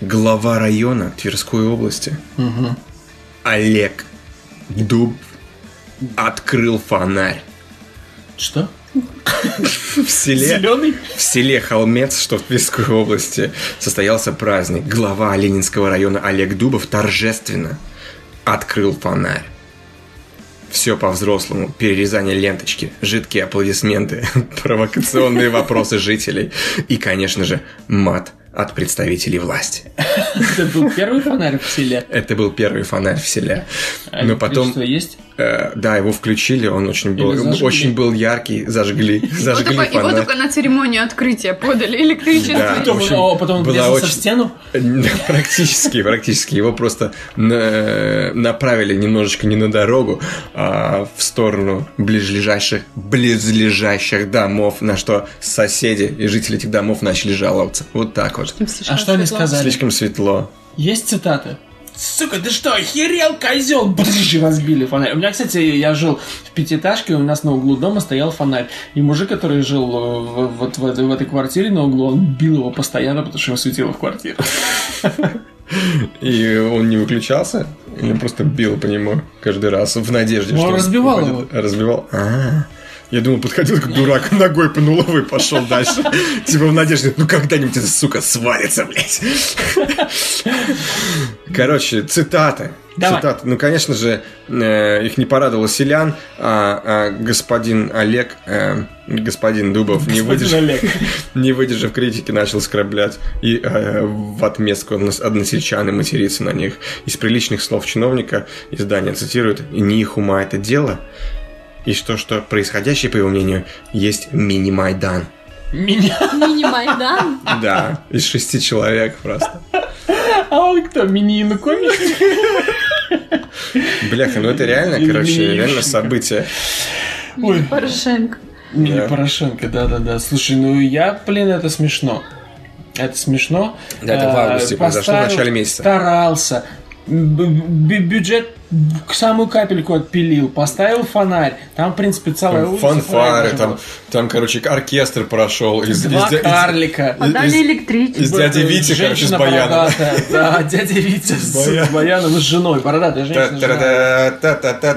Глава района Тверской области Олег Дуб открыл фонарь Что? в селе. Зеленый? В селе Холмец, что в Тверской области, состоялся праздник. Глава Ленинского района Олег Дубов торжественно открыл фонарь. Все по-взрослому. Перерезание ленточки, жидкие аплодисменты, провокационные вопросы жителей и, конечно же, мат от представителей власти. Это был первый фонарь в селе. Это был первый фонарь в селе. А Но потом, электричество есть? э, да, его включили, он очень был, Или зажгли. очень был яркий, зажгли, Его зажгли только, его фонарь. только на церемонию открытия подали Да. электричество. А, в Потом, общем, о, потом он была врезался в очень- стену. Да, Э, Практически, практически. Его просто на- направили немножечко не на дорогу, а в сторону близлежащих, близлежащих домов, на что соседи и жители этих домов начали жаловаться. Вот так вот. А что они сказали? Слишком светло. Есть цитаты? Сука, ты что, охерел, козел? Брыщ, и разбили фонарь. У меня, кстати, я жил в пятиэтажке, у нас на углу дома стоял фонарь. И мужик, который жил э, в- вот в, этой- в этой квартире на углу, он бил его постоянно, потому что ему светило в квартире. И он не выключался, или просто бил по нему каждый раз в надежде, Ну, что... он разбивал выпадет? Разбивал? А, я думал, подходил как дурак, ногой пнул его и пошел дальше. Типа в надежде, ну когда-нибудь эта сука свалится, блядь. Короче, цитаты. Давай. Цитаты. Ну, конечно же, э, их не порадовал селян, а, а господин Олег, э, господин Дубов, не Господин выдержал, Олег. не выдержав критики, начал скорблять и э, в отместку нас- односельчан и материться на них. Из приличных слов чиновника издание цитирует «Не их ума это дело», и что, что происходящее, по его мнению, есть мини-майдан. Меня. Ну, Мини-Майдан? Да, из шести человек просто. А он кто, мини-инукомик? Бляха, ну это реально, Или короче, реально мини-юшенька. событие. Ой, Порошенко. мини Порошенко, да-да-да. Слушай, ну я, блин, это смешно. Это смешно. Да, это в Э, августе произошло, в поставил, начале месяца. Старался. Б- б- Бюджет к самую капельку отпилил, поставил фонарь. Там, в принципе, целая Там улица. фанфары, фонаря там, была. там, короче, оркестр прошел. Из, из- Два из- карлика. из- Подали из- электричество. из дяди Вити, короче, с Женщина баяном. бородатая. Да, дядя Витя с Баян. с баяном и с женой. Бородатая женщина. с женой.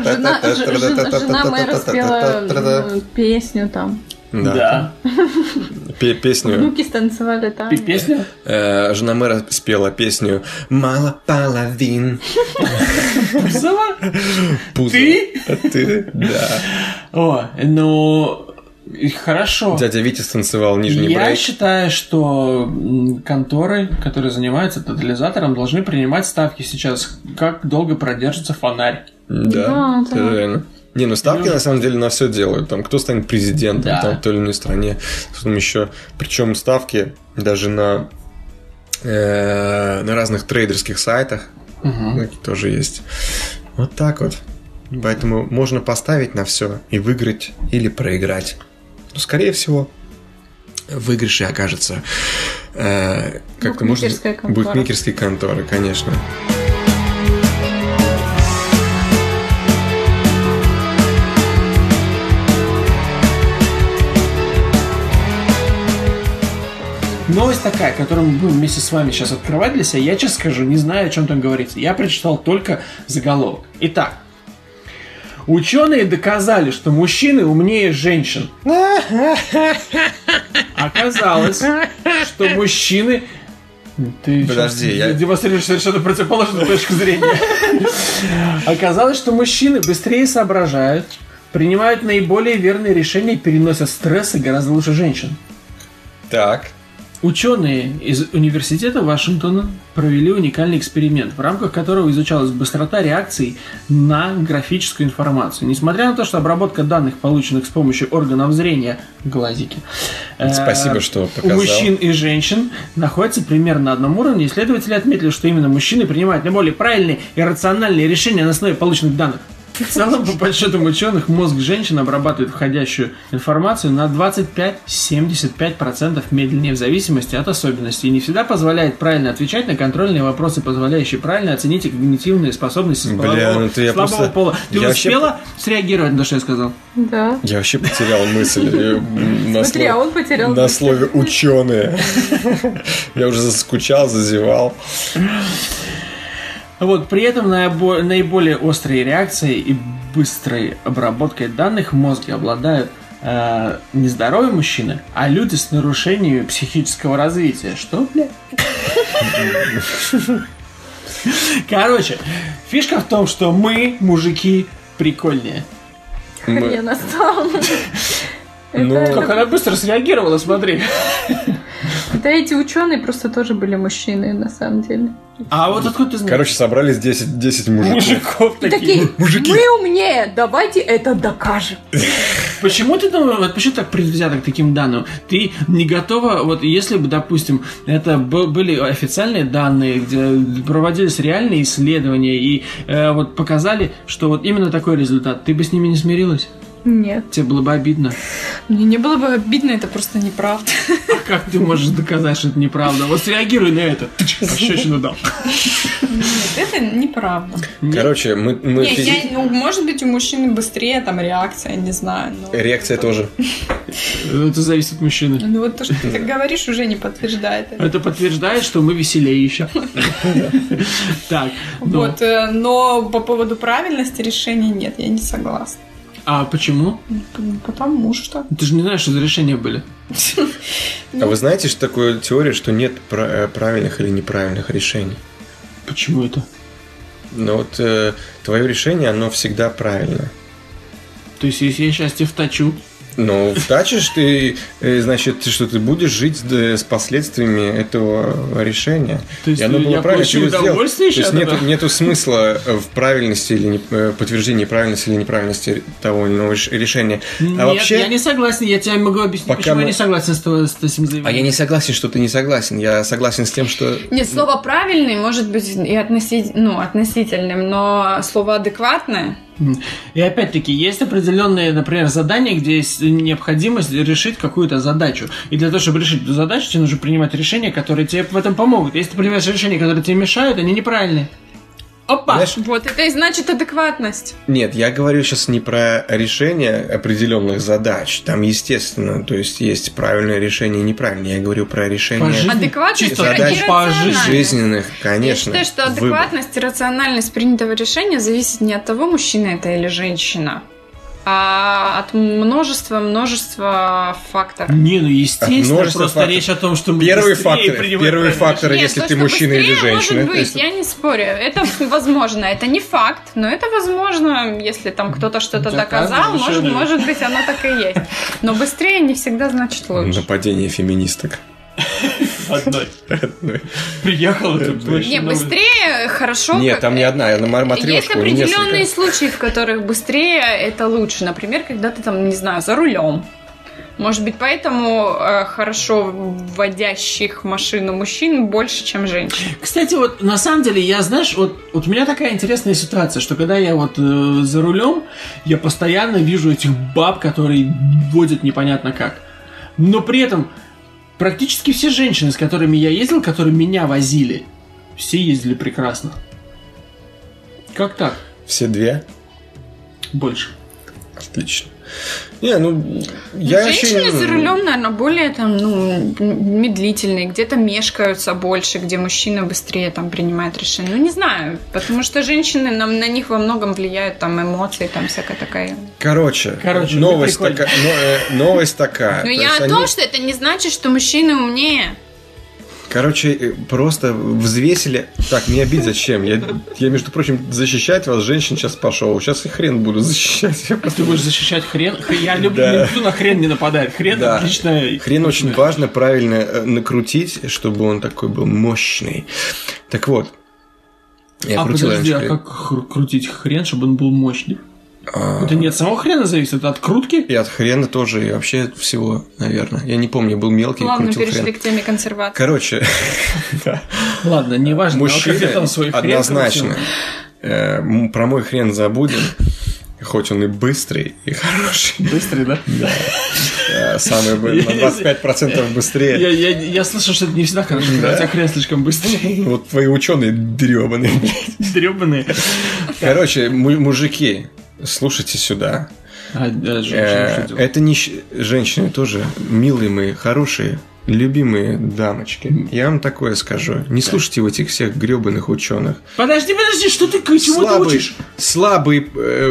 Жена, ж- жен- жена мэра спела м, песню там. Да. Да. Пе- Песню. Внуки станцевали там. И песня? э, Жена мэра спела песню «Мало половин». Пузова? Пузо. Ты? Ты? Да. О, ну... и Хорошо. Дядя Витя станцевал нижний Я брейк. считаю, что м, конторы, которые занимаются тотализатором, должны принимать ставки сейчас, как долго продержится фонарь. Да, Да, это да. реально. Не, ну ставки на самом деле на все делают. Там кто станет президентом, Да. там в той или иной стране. Потом еще. Причем ставки даже на э, на разных трейдерских сайтах такие тоже есть. Вот так вот. Поэтому можно поставить на все и выиграть или проиграть. Но скорее всего в выигрыше окажется э, как-то можно Букмекерская Ну, контора. букмекерские конторы, конечно. Новость такая, которую мы будем вместе с вами сейчас открывать для себя, я честно скажу, не знаю, о чем там говорится. Я прочитал только заголовок. Итак, ученые доказали, что мужчины умнее женщин. Оказалось, что мужчины... Ты Подожди, щас я- демонстрируешь совершенно противоположную точку зрения. Оказалось, что мужчины быстрее соображают, принимают наиболее верные решения и переносят стрессы гораздо лучше женщин. Так. Ученые из университета Вашингтона провели уникальный эксперимент, в рамках которого изучалась быстрота реакций на графическую информацию. Несмотря на то, что обработка данных, полученных с помощью органов зрения, глазики, э, Спасибо, что у показал. мужчин и женщин находится примерно на одном уровне, исследователи отметили, что именно мужчины принимают наиболее правильные и рациональные решения на основе полученных данных. В целом, по подсчетам ученых, мозг женщин обрабатывает входящую информацию на 25-75% медленнее в зависимости от особенностей и не всегда позволяет правильно отвечать на контрольные вопросы, позволяющие правильно оценить и когнитивные способности Бля, слабого, ну ты- я слабого просто- пола. Ты я вообще- успела среагировать на то, что я сказал? Да. Я вообще потерял мысль. э, м, на Смотри, сло- а он потерял На мысль. слове ученые. Я уже заскучал, зазевал. Вот, при этом наибо- наиболее острые реакции и быстрой обработкой данных в мозге обладают э, не здоровые мужчины, а люди с нарушением психического развития. Что, бля? Короче, фишка в том, что мы, мужики, прикольнее. Хрен остал. Ну, Как она быстро среагировала, смотри. Да эти ученые просто тоже были мужчины, на самом деле. А вот откуда ты знаешь? короче, собрались 10, 10 мужиков. мужиков Такие, такие. мы умнее, давайте это докажем. Почему ты думаешь, вот почему ты так предвзято к таким данным? Ты не готова, вот если бы, допустим, это б- были официальные данные, где проводились реальные исследования и э, вот показали, что вот именно такой результат, ты бы с ними не смирилась? Нет. Тебе было бы обидно. Мне не было бы обидно, это просто неправда. А как ты можешь доказать, что это неправда? Вот среагируй на это. Тыч, Пощечину дал. Нет, это неправда. Короче, мы... мы Не, я, физи- ну, может быть, у мужчин быстрее там реакция, не знаю. но- Реакция тоже. Это зависит от мужчины. Ну вот то, что ты говоришь, уже не подтверждает это. Это подтверждает, что мы веселее еще. Так, ну, Вот, э, но по поводу правильности решения нет, я не согласна. а почему? П- Потому что... Ты же не знаешь, что за решения были. А вы знаете, что такое теория, что нет пра- э, правильных или неправильных решений? Почему это? Но вот э, твое решение, оно всегда правильно. То есть, если я сейчас тебя вточу, Ну, втачишь ты, э, значит, ты что ты будешь жить э, с последствиями этого решения. То есть И оно я было правильно, получу ты его сделал. удовольствие То есть еще от нету, этого? нету смысла э, в правильности или не- э, подтверждении правильности или неправильности того или иного реш- решения. Нет, а вообще, я не согласен, я тебе могу объяснить, Пока почему мы- я не согласен с, то- с этим а я заявлением. не согласен, что ты не согласен. Я согласен с тем, что Нет, слово «правильный» может быть и относи- ну, относительным, но слово «адекватное» И опять-таки, есть определенные, например, задания, где есть необходимость решить какую-то задачу. И для того, чтобы решить эту задачу, тебе нужно принимать решения, которые тебе в этом помогут. Если ты принимаешь решения, которые тебе мешают, они неправильные. Опа! Знаешь, Вот это и значит адекватность. Нет, я говорю сейчас не про решение определенных задач. Там, естественно, то есть есть правильное решение и неправильное. Я говорю про решение По жизни. Адекватность Чисто и задач рациональность. по жизни. жизненных, конечно. Я считаю, что выбор. адекватность и рациональность принятого решения зависит не от того, мужчина это или женщина, а от множества-множества факторов. Не, ну От естественно, множества просто факторов. речь о том, что мы Первый быстрее фактор, принимаем первый правильные фактор, Нет, если то, ты что мужчина быстрее или женщина. Может То быть, есть я не спорю. Это возможно, это не факт, но это возможно, если там кто-то что-то Доказано, доказал, может, решено. может быть, оно так и есть. Но быстрее не всегда значит Ну, лучше. Нападение феминисток. Одной. Приехала тут. вообще Не, новость. быстрее хорошо. Нет, как- там не одна, я на мар- Есть матрешку определенные несколько. случаи, в которых быстрее это лучше. Например, когда ты там, не знаю, за рулем. Может быть, поэтому э, хорошо вводящих машину мужчин больше, чем женщин. Кстати, вот на самом деле, я, знаешь, вот, вот у меня такая интересная ситуация, что когда я вот э, за рулем, я постоянно вижу этих баб, которые водят непонятно как. Но при этом практически все женщины, с которыми я ездил, которые меня возили, все ездили прекрасно. Как так? Все две? Больше. Отлично. Не, ну, я вообще Женщины не- за рулем, наверное, более там, ну, м- медлительные, где-то мешкаются больше, где мужчина быстрее там принимает решение. Ну, не знаю, потому что женщины, на, на них во многом влияют там эмоции, там всякая такая. Короче, Короче, ну, новость, прикольно. такая, но- э, новость такая. Но То Ну, я есть о том, они- что это не значит, что мужчины умнее. Короче, э, просто взвесили. Так, меня бить зачем? Я, я, между прочим, защищать вас, женщин, сейчас пошел. Сейчас и хрен буду защищать. Я просто- Ты будешь защищать хрен. Х- Я люблю, Да. никто на хрен не нападает. Хрен Да. отлично. Хрен очень важно правильно э, накрутить, чтобы он такой был мощный. Так вот. Я а крутил подожди, а раньше как хр- крутить хрен, чтобы он был мощный? А. Это не от самого хрена зависит, это от крутки? И от хрена тоже, и вообще от всего, наверное. Я не помню, я был мелкий, Плавно крутил перешли хрен. к теме консервации. А Короче, да. Ладно, не важно. мужчины однозначно. Э, м, Про мой хрен забудем. Хоть он и быстрый, и хороший. Быстрый, да? Э, Самый бы- на 25% Я, быстрее. я, я слышал, что это не всегда хорошо, когда у тебя хрен слишком быстрый. Вот твои ученые дрёбаные. Дрёбаные. Короче, му- мужики, слушайте сюда. А, да, женщина, Э, что делать? Это не щ- женщины тоже милые мы, хорошие, любимые дамочки. Я вам такое скажу. Не слушайте вот этих всех гребаных ученых. Подожди, подожди, что ты, к чему ты слабый, учишь? слабый э,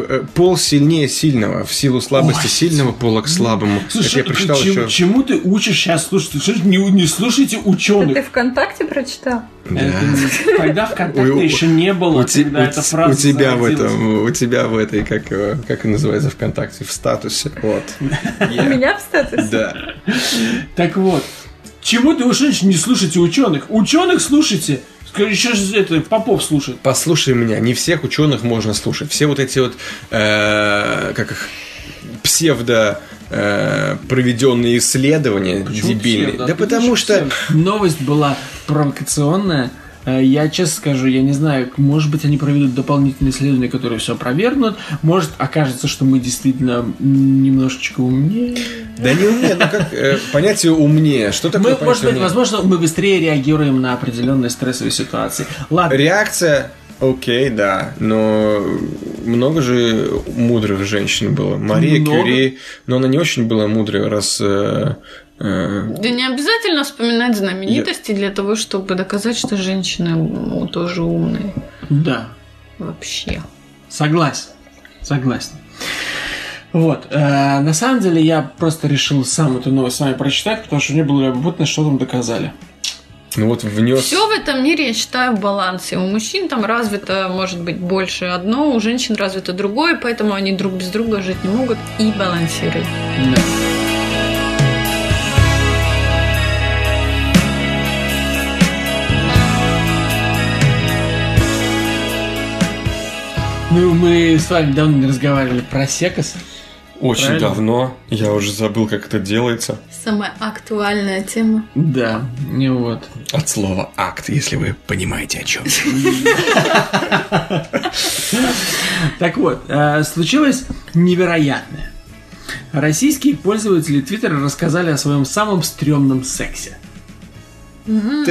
э, пол сильнее сильного. В силу слабости сильного пола к слабому. Это Слушай, ну, я прочитал ты чему, еще. чему ты учишь сейчас? Слушай, ты слышишь, не, не слушайте Ты ученых. ВКонтакте прочитал? Это- Тогда ВКонтакте У- у- еще не было, У, те- когда у эта т- фраза у тебя в зародилась. этом, у тебя в этой, как, его- как и называется ВКонтакте, в статусе. Вот. У Я- меня в статусе? Да. Так вот, чему ты учишь, не слушайте ученых? Ученых слушайте. Скажи, еще же это, Попов слушает. Послушай меня, не всех ученых можно слушать. Все вот эти вот, э, как их, псевдо э, проведенные исследования Почему дебильные. псевдо? Да Откуда потому же что... псевдо? Новость была провокационная. Э, Я честно скажу, я не знаю, может быть, они проведут дополнительные исследования, которые все опровергнут. Может, окажется, что мы действительно м, немножечко умнее. Да не умнее, ну как э, понятие умнее. Что такое Мы, понятие может быть, умнее? возможно, мы быстрее реагируем на определенные стрессовые ситуации. Ладно, Реакция, окей, да, но много же мудрых женщин было. Мария Много. Кюри, но она не очень была мудрая, раз... э, э, Да не обязательно вспоминать знаменитости для того, чтобы доказать, что женщины ну, тоже умные. да, Вообще. согласен, согласен. Вот, э, на самом деле я просто решил сам эту новость с вами прочитать, потому что мне было любопытно, что там доказали. ну вот внес... Все в этом мире, я считаю, в балансе. У мужчин там развито, может быть, больше одно, у женщин развито другое, поэтому они друг без друга жить не могут и балансируют. Да. Ну, мы с вами давно не разговаривали про секс. Очень Правильно. давно, я уже забыл, как это делается. Самая актуальная тема. Да, не вот. От слова «акт», если вы понимаете, о чем. Так вот, э, случилось невероятное. Российские пользователи Твиттера рассказали о своем самом стрёмном сексе. Ну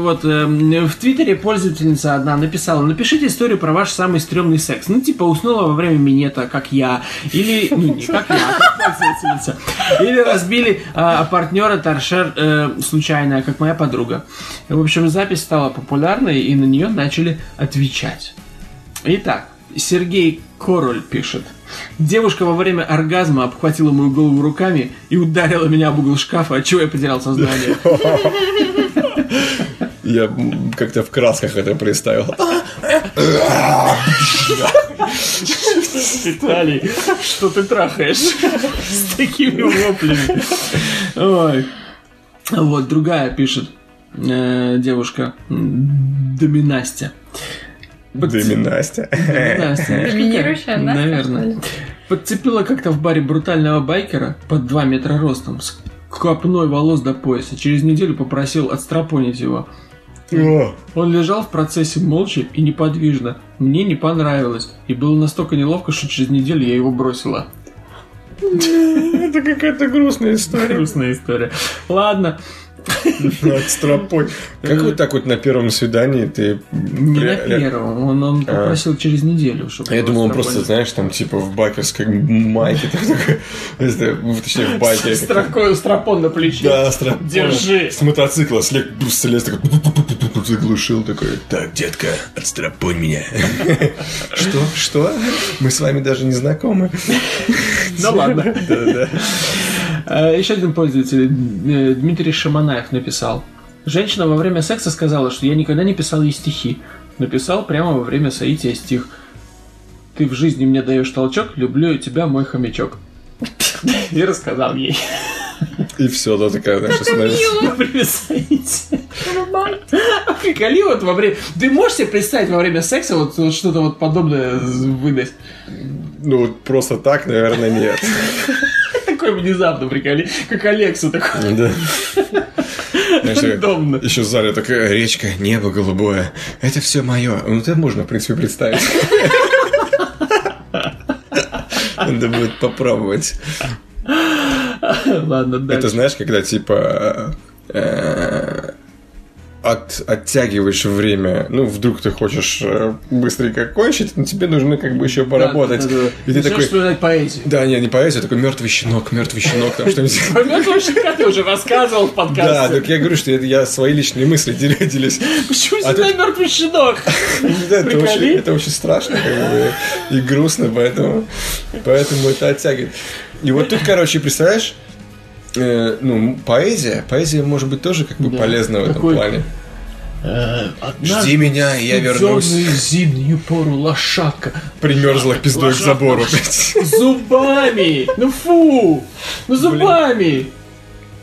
вот, эм, в Твиттере пользовательница одна написала, напишите историю про ваш самый стрёмный секс. Ну, типа, уснула во время минета, как я. Или, ну, не как я, как пользовательница. Или разбили а, партнера торшер э, случайно, как моя подруга. В общем, запись стала популярной, и на нее начали отвечать. Итак, Сергей Король пишет. Девушка во время оргазма обхватила мою голову руками и ударила меня об угол шкафа, от чего я потерял сознание. Я м, как-то в красках это представил. Виталий, что ты трахаешь с такими воплями? Ой. Вот, другая пишет э, девушка м, Доминастя. Дыми Настя. Доминастя. Доминирующая, да? Наверное. Подцепила как-то в баре брутального байкера под 2 метра ростом с копной волос до пояса. Через неделю попросил отстрапонить его. О, Он лежал в процессе молча и неподвижно. Мне не понравилось. И было настолько неловко, что через неделю я его бросила. Это какая-то грустная история. Грустная история. Ладно. Отстрапой. Как вот так вот на первом свидании ты... Не на ре- ре- первом. а Он, он попросил через неделю, чтобы... А. Я его думал, он страховали. просто, знаешь, там типа в бакерской майке, там такой, если, в- точнее, в байке. Страхой, страпон на плече. Да, стра- Держи. С мотоцикла слег, слез такой, заглушил такой. Так, детка, отстрапонь меня. Что? Что? Мы с вами даже не знакомы. Ну ладно. Да-да. Э, Еще один пользователь, э, Дмитрий Шаманаев, написал. Женщина во время секса сказала, что я никогда не писал ей стихи. Написал прямо во время соития стих. Ты в жизни мне даешь толчок, люблю я тебя, мой хомячок. И рассказал ей И все, да, такая, знаешь, остановилась. во время соития. Приколи вот во время... Ты можешь себе представить во время секса вот, вот что-то вот подобное выдать? Ну, вот просто так, наверное, нет. Такое внезапно, приколи. Как Алексу такой. Да. Рандомно. Еще в зале такая речка, небо голубое. Это все мое. Ну, это можно, в принципе, представить. Надо будет попробовать. Ладно, Это дальше. знаешь, когда типа э, от, оттягиваешь время, ну, вдруг ты хочешь э, быстренько кончить, но тебе нужно как бы еще Да, поработать. да, да. И ты Начинаешь такой, вспоминать поэзию. да, не, не поэзию, а такой мертвый щенок, мертвый щенок, там что-нибудь. Помнишь, вообще, как ты уже рассказывал в подкасте? Да, так я говорю, что я, я свои личные мысли дел- делюсь. Почему А всегда мертвый щенок? Да, это, очень, Приколи. это очень страшно как бы, и грустно, поэтому, поэтому это оттягивает. И вот тут, короче, представляешь, э, ну, поэзия, поэзия может быть тоже как бы полезна в этом Такой э, плане. Однажды Жди меня, и я вернусь. Зёрную зимнюю пору лошадка Примерзла пиздой к забору. блядь. зубами. Ну фу, ну зубами.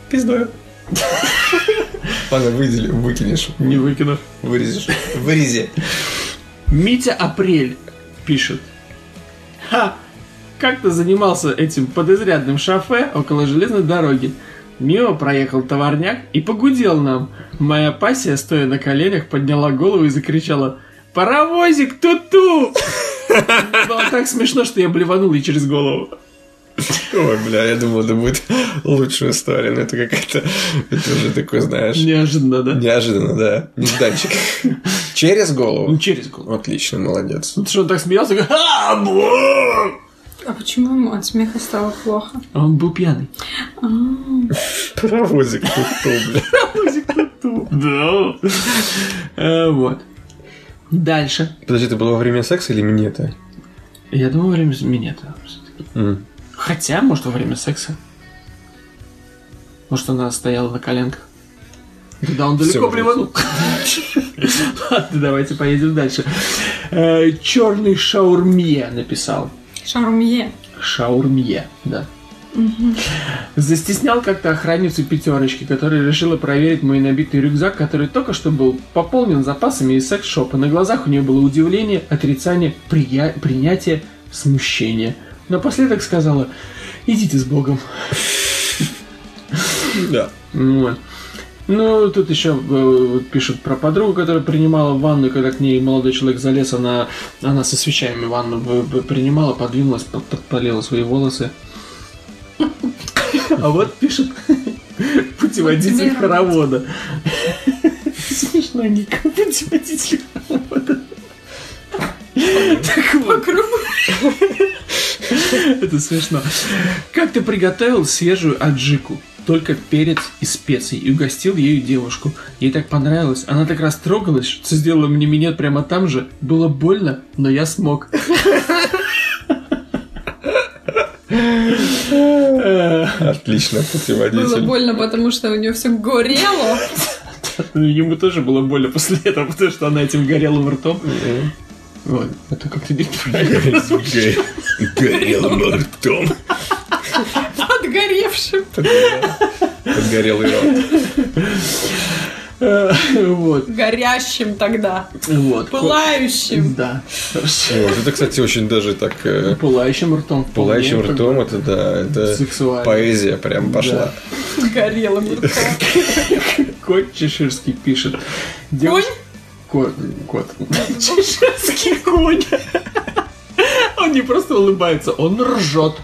Пиздой. Ладно, выдели, выкинешь, Не выкину. вырежешь. Вырези. Митя Апрель пишет. Ха! Как-то занимался этим подозрядным шафе около железной дороги. Мимо проехал товарняк и погудел нам. Моя пассия, стоя на коленях, подняла голову и закричала «Паровозик, ту-ту!» Было так смешно, что я блеванул ей через голову. Ой, бля, я думал, это будет лучшая история, но это какая-то... Это уже такой, знаешь... Неожиданно, да? Неожиданно, да. Нежданчик. Через Ну, голову. через голову. Отлично, молодец. Потому что он так смеялся, говорит, «А, бу!» А почему ему от смеха стало плохо? А он был пьяный. Паровозик тут, тут, бля. Да. Э, Вот. Дальше. Подожди, это было во время секса или мне это? Я думаю, во время меня там всё-таки. М. Хотя, может, во время секса. Может, она стояла на коленках. Да он далеко Всё, приводил. Ладно, давайте поедем дальше. Черный шаурмье написал. Шарумье. Шаурмье, да. Застеснял как-то охранницу пятерочки, которая решила проверить мой набитый рюкзак, который только что был пополнен запасами из секс-шопа. На глазах у нее было удивление, отрицание, прия- принятие, смущение. Напоследок сказала «Идите с Богом». Да. Вот. Ну, тут еще э, пишут про подругу, которая принимала ванну, и когда к ней молодой человек залез, она, она со свечами ванну б- б- принимала, подвинулась, под- подпалила свои волосы. А вот пишет путеводитель хоровода. Смешно, Ника, путеводитель хоровода. Так вот. Это смешно. Как ты приготовил свежую аджику? Только перец и специи. И угостил ею девушку. Ей так понравилось. Она так растрогалась, что сделала мне минет прямо там же. Было больно, но я смог. Отлично, Было путеводитель. больно, потому что у нее все горело. Ну, Ему тоже было больно после этого, потому что она этим горелым ртом. Вот, А это как-то неправильно. Г- Горелым ртом. Подгоревшим. Подгорелый рот. Вот, Горящим тогда. вот. Пылающим. Да, хорошо. Вот, это, кстати, очень даже так... э, Пылающим ртом. вполне Пылающим как бы ртом, это да, это Сексуально. поэзия прям пошла. Горелым. Кот чеширский пишет. Девуш- Кот. Кот. Чеширский конь. Он не просто улыбается, он ржет.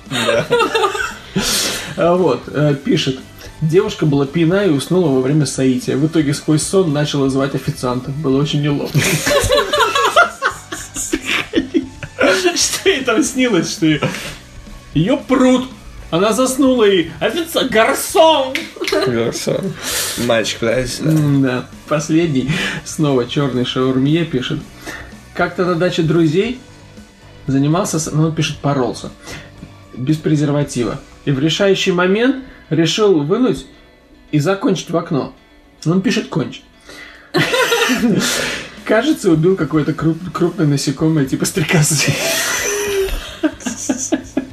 А Вот, э, пишет. Девушка была пьяна и уснула во время соития. В итоге сквозь сон начала звать официанта. Было очень неловко. Что ей там снилось, что ее- ее пруд. Она заснула и официант... Гарсон! Хорошо. Мальчик, подожди сюда. М, Да, последний. Снова черный шаурмье пишет. Как-то на даче друзей занимался, с- ну, он пишет, поролся. Без презерватива. И в решающий момент решил вынуть и закончить в окно. Он пишет «конч». Кажется, убил какое-то круп- крупное насекомое, типа стрекозы.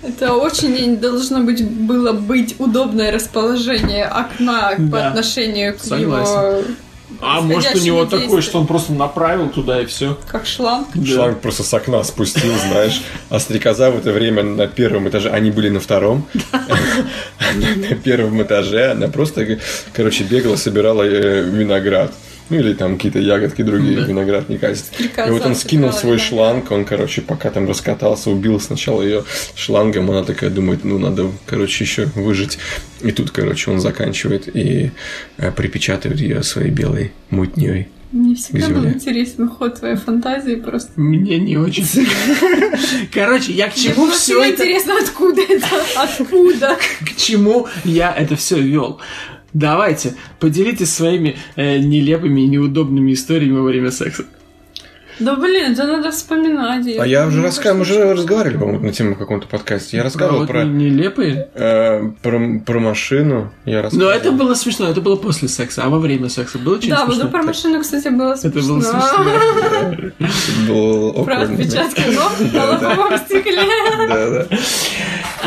Это очень должно быть было быть удобное расположение окна Да. по отношению к Согласен. его А может у него действия. такое, что он просто направил туда и все. как шланг. Шланг просто с окна спустил, знаешь. А стрекоза в это время на первом этаже, они были на втором. Она на первом этаже, она просто, короче, бегала, собирала э, виноград. Ну, или там какие-то ягодки другие, виноград не катит. И Стрекоза вот он скинул собирала свой виноград. шланг, он, короче, пока там раскатался, убил сначала ее шлангом, она такая думает, ну, надо, короче, еще выжить. И тут, короче, он заканчивает и э, припечатывает ее своей белой мутней. Мне всегда был Земля. интересен ход твоей фантазии просто. Мне не очень. Короче, я к чему все Мне Ну, это... интересно, откуда это? Откуда? К чему я это все вел? Давайте, поделитесь своими э, нелепыми и неудобными историями во время секса. Да блин, это надо вспоминать. А я уже рассказывал, мы уже разговаривали, по-моему, на тему в каком-то подкасте. А Я рассказывал вот про, не- нелепые. э, про, про машину. Я рассказывал. Но Ну, это было смешно, это было после секса, а во время секса было что-нибудь Да, вот смешное? про машину, кстати, было Это смешно. было смешно. Это было Про awkward, отпечатки ног на Да, да. лобовом стекле. Да, да.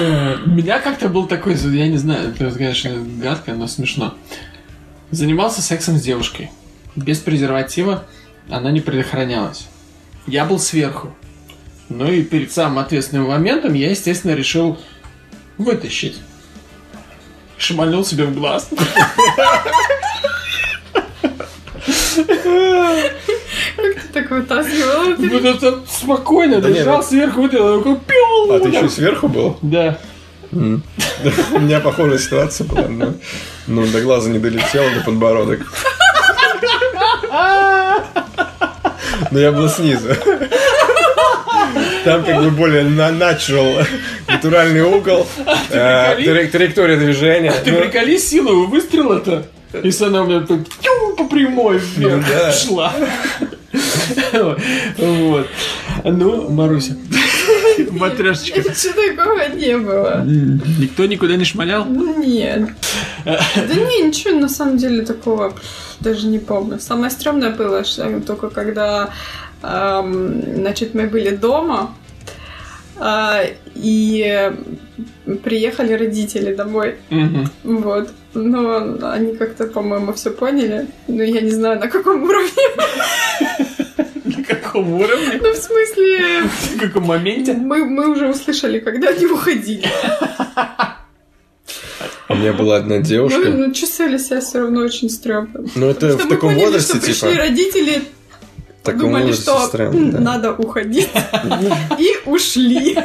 Э, У меня как-то был такой, я не знаю, это, конечно, гадко, но смешно. Занимался сексом с девушкой. Без презерватива она не предохранялась. Я был сверху. Ну и перед самым ответственным моментом я, естественно, решил вытащить. Шмальнул себе в глаз. Так вытаскивала. Вот это спокойно, Да не, лежал ну- сверху, выдал, такой пил. А ты еще и сверху был? Да. Да, У меня похожая ситуация была. но- Ну, до глаза не долетело, до подбородок. Но я был снизу. Там как бы более на natural, натуральный угол, э, А приколи- А трак- траектория движения. Ты Ну, приколи силу выстрела-то. И она у меня тут тю, по прямой вверх Ну да. шла. Вот. Ну, Маруся. Матрешечка. Ничего такого не было. Никто никуда не шмалял? Ну, Нет. Да не, ничего на самом деле такого даже не помню. Самое стрёмное было, что только когда, эм, значит, мы были дома, а, и приехали родители домой. Мгм. Вот. Но они как-то, по-моему, все поняли. Но я не знаю, на каком уровне. На каком уровне? Ну, в смысле, В каком моменте? мы, мы уже услышали, когда они уходили. У меня была одна Ну, девушка. ну, чувствовали себя все равно очень стрёмно. Ну, это Потому в что мы таком поняли, возрасте, что пришли типа. родители, В таком думали, возрасте что странно, «М, да. надо уходить, и ушли.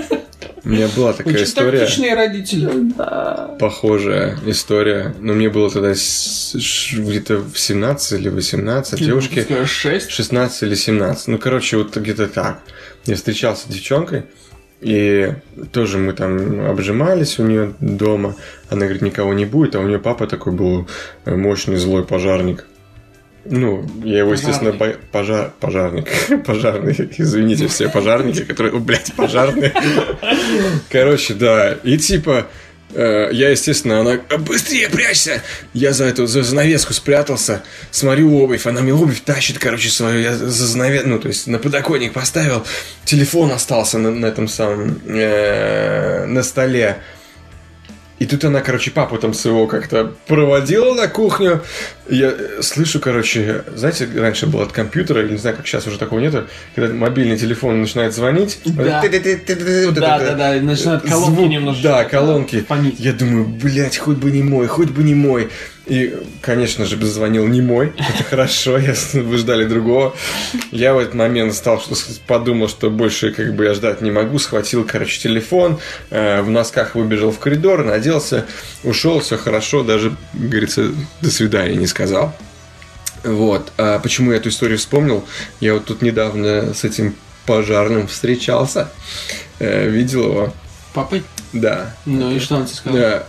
У меня была такая Очень история. тактичные родители. Да. похожая история. Но мне было тогда с- ш- где-то в 17 или 18. Девушки Скажешь, Шесть. 16 или 17. Ну, короче, вот где-то так. Я встречался с девчонкой, и тоже мы там обжимались у нее дома. Она говорит, никого не будет, а у нее папа такой был э, мощный злой пожарник. Ну, я его, естественно, Пожарный. по- пожар... пожарник. Пожарный. Извините, все пожарники, которые... О, блядь, пожарные. Короче, да. И типа, э, я, естественно, она... «А, Быстрее прячься! Я за эту, за занавеску спрятался. Смотрю обувь. Она мне обувь тащит, короче, свою. Я за занавеску... Ну, то есть, на подоконник поставил. Телефон остался на, на этом самом... э, на столе. И тут она, короче, папу там своего как-то проводила на кухню. Я э, слышу, короче, знаете, раньше было от компьютера, или не знаю, как сейчас уже такого нету, когда мобильный телефон начинает звонить. Да. вот это ты-ты-ты-ты-ты, вот Да, это- да, да, и начинают колонки звук, немножко. Да, колонки. Фонить. Я думаю, блядь, хоть бы не мой, хоть бы не мой. И, конечно же, звонил не мой. Это хорошо, я с- вы ждали другого. Я в этот момент стал, что с- подумал, что больше как бы я ждать не могу. Схватил, короче, телефон, э, в носках выбежал в коридор, наделся, ушел, все хорошо, даже, как говорится, до свидания не сказал. Вот. А почему я эту историю вспомнил? Я вот тут недавно с этим пожарным встречался, э, видел его. Папы? Да, Ну и что он тебе сказал? да,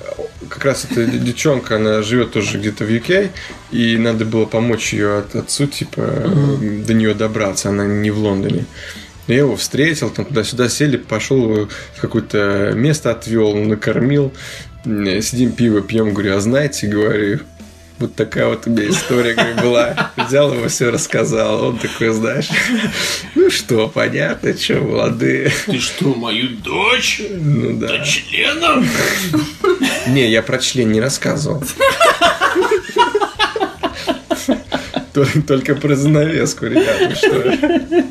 как раз эта де- девчонка, она живет тоже где-то в UK, и надо было помочь ее от отцу, типа, э, до нее добраться, она не в Лондоне. Я его встретил, там туда-сюда сели, пошел в какое-то место отвел, накормил. Э, Сидим, пиво пьем, говорю, а знаете, говорю, вот такая вот у меня история говорю, была. Взял его, все рассказал. Он такой, знаешь, ну что, понятно, что, молодые. Ты что, мою дочь? Ну да. Членом? Не, я про член не рассказывал. Только, только про занавеску, ребята, вы что ли?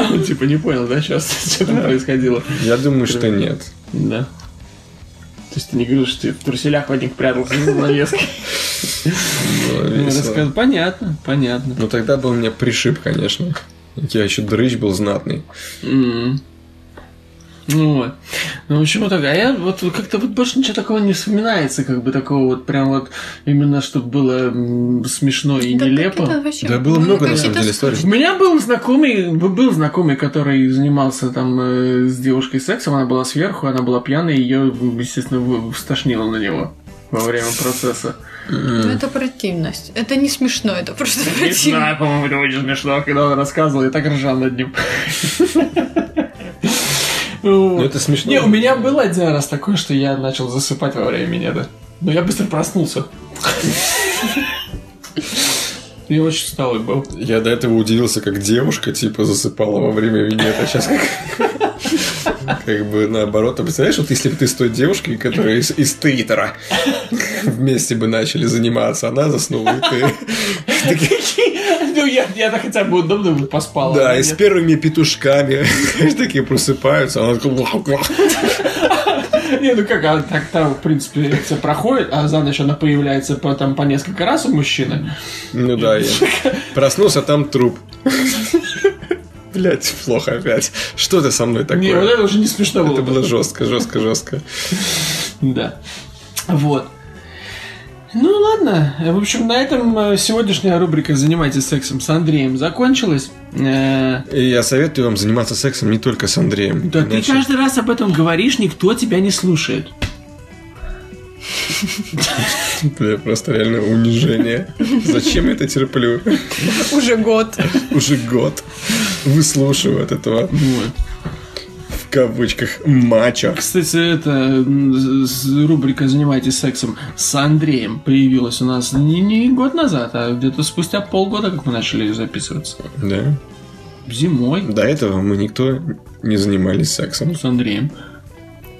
Он типа не понял, да, сейчас, что там происходило? Я думаю, что нет. Да. То есть ты не говорил, что ты в труселях в одних прятался за занавески? Было Ну, весело. рассказ- Понятно, понятно. Ну тогда был мне пришиб, конечно. Я еще дрыщ был знатный. М. Ну вот. Ну, в общем, вот так. А я вот как-то вот больше ничего такого не вспоминается, как бы такого вот прям вот именно, чтобы было м, смешно и Да нелепо. как это вообще? Да было Ну, много, на какие-то самом деле, с- историй. У меня был знакомый, б- был знакомый, который занимался там э, с девушкой сексом, она была сверху, она была пьяная, и ее, естественно, вы- стошнило на него во время процесса. Ну, это противность. Это не смешно, это просто Не противно. знаю, по-моему, это очень смешно, когда он рассказывал, я так ржал над ним. Ну Вот. это смешно. Не, у меня был один раз такое, что я начал засыпать во время минета. Но я быстро проснулся. Я очень усталый был. Я до этого удивился, как девушка, типа, засыпала во время винета. А сейчас как... Как бы наоборот. А представляешь, вот если бы ты с той девушкой, которая из, из Твиттера, вместе бы начали заниматься, она заснула, и ты... Такие, Ну, я, я так хотя бы удобно бы поспал. Да, а и с нет. первыми петушками, знаешь, такие просыпаются, а она такая... «Вах, вах». Не, ну как, а так там, в принципе, реакция проходит, а за ночь она появляется по, там, по несколько раз у мужчины. Ну да, я проснулся, а там труп. Блять, плохо опять. Что ты со мной Не, вот такое? это уже не смешно было. Это было жестко, жестко, жестко. Да. Вот. Ну ладно, в общем, на этом э, сегодняшняя рубрика «Занимайтесь сексом с Андреем» закончилась. Э, И я советую вам заниматься сексом не только с Андреем. Да ты Иначе- каждый раз об этом говоришь, никто тебя не слушает. Бля, просто реально унижение. Зачем я это терплю? Уже год. Уже год выслушиваю от этого, Вот. в кавычках, мачо. Кстати, это м, с- с- рубрика «Занимайтесь сексом с Андреем» появилась у нас не, не год назад, а где-то спустя полгода, как мы начали ее записываться. Да. Зимой. ну, До этого мы никто не занимались сексом. С Андреем.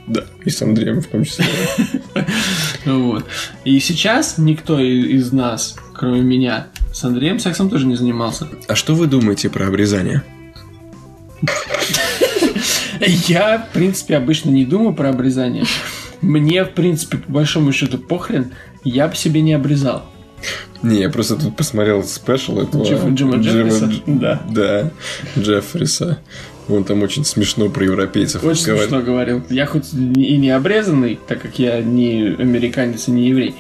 Да, и с Андреем в том числе. Вот. И сейчас никто и- из нас, кроме меня, с Андреем сексом тоже не занимался. А что вы думаете про обрезание? Я, в принципе, обычно не думаю про обрезание. Мне, в принципе, по большому счету, похрен, я бы себе не обрезал. Не, я просто тут посмотрел спешл этого... Джеффа- Джима Джеффриса? Дж- Да. Да, Джеффриса. Он там очень смешно про европейцев Очень говорит. смешно говорил. Я хоть и не обрезанный, так как я не американец и не еврей.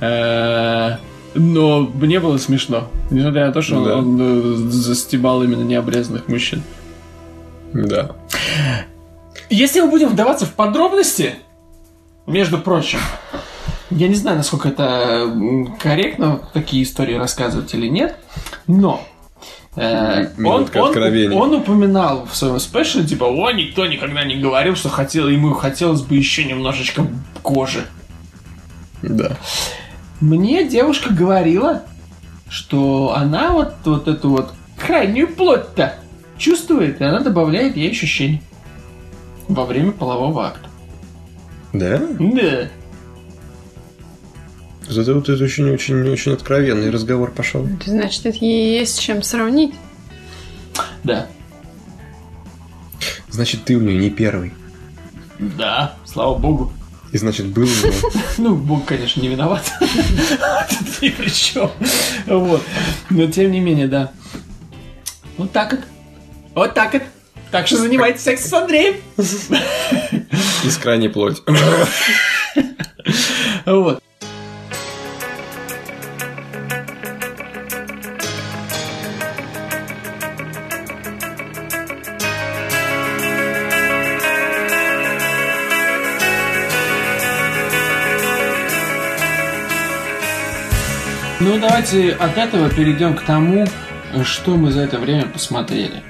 Э, Но мне было смешно. Несмотря на то, что он- Да. он э, застебал именно необрезанных мужчин. Да. Если мы будем вдаваться в подробности, между прочим, я не знаю, насколько это м, корректно такие истории рассказывать или нет, но э, М- он, минутка он- откровений. он упоминал в своем спешле, типа, о, никто никогда не говорил, что хотел, ему хотелось бы еще немножечко кожи. Да. Мне девушка говорила, что она вот, вот эту вот крайнюю плоть-то чувствует, и она добавляет ей ощущений во время полового акта. Да? Да. Зато вот это очень, очень, очень откровенный разговор пошел. Значит, это ей есть с чем сравнить. Да. Значит, ты у нее не первый. Да, слава богу. И значит, был у нее. Ну, бог, конечно, не виноват. Тут ни при чем. Вот. Но тем не менее, да. Вот так вот. Вот так вот. Так что занимайтесь сексом с Андреем. Из крайней плоть. Вот. Ну, давайте от этого перейдем к тому, что мы за это время посмотрели.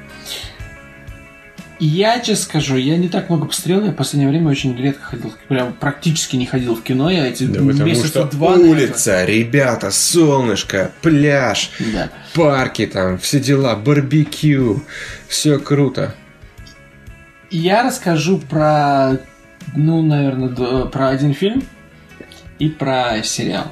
Я, честно скажу, я не так много посмотрел, я в последнее время очень редко ходил, прям практически не ходил в кино, я эти Да потому месяца что два... наверное, улица, ребята, солнышко, пляж, Да. парки там, все дела, барбекю, все круто. Я расскажу про, ну, наверное, про один фильм и про сериал.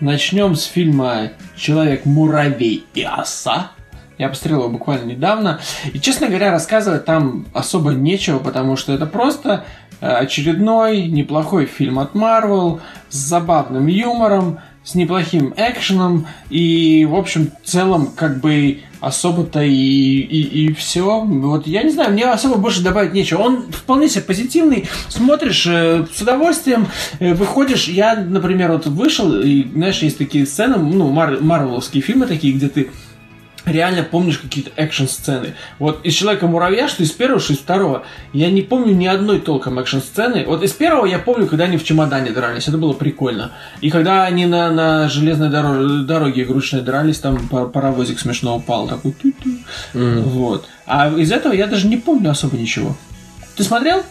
Начнем с фильма «Человек-муравей и оса». Я посмотрел его буквально недавно. И, честно говоря, рассказывать там особо нечего, потому что это просто э, очередной неплохой фильм от Marvel с забавным юмором, с неплохим экшеном и, в общем, в целом, как бы особо-то и, и, все. Вот я не знаю, мне особо больше добавить нечего. Он вполне себе позитивный, смотришь э, с удовольствием, э, выходишь. Я, например, вот вышел, и, знаешь, есть такие сцены, ну, мар- марвеловские фильмы такие, где ты реально помнишь какие-то экшн-сцены. Вот из Человека-муравья, что из первого, что из второго, я не помню ни одной толком экшн-сцены. Вот из первого я помню, когда они в чемодане дрались, это было прикольно. И когда они на, на железной доро- дороге игрушечной дрались, там пар- паровозик смешно упал, такой тю-тю. Вот. А из этого я даже не помню особо ничего. Ты смотрел?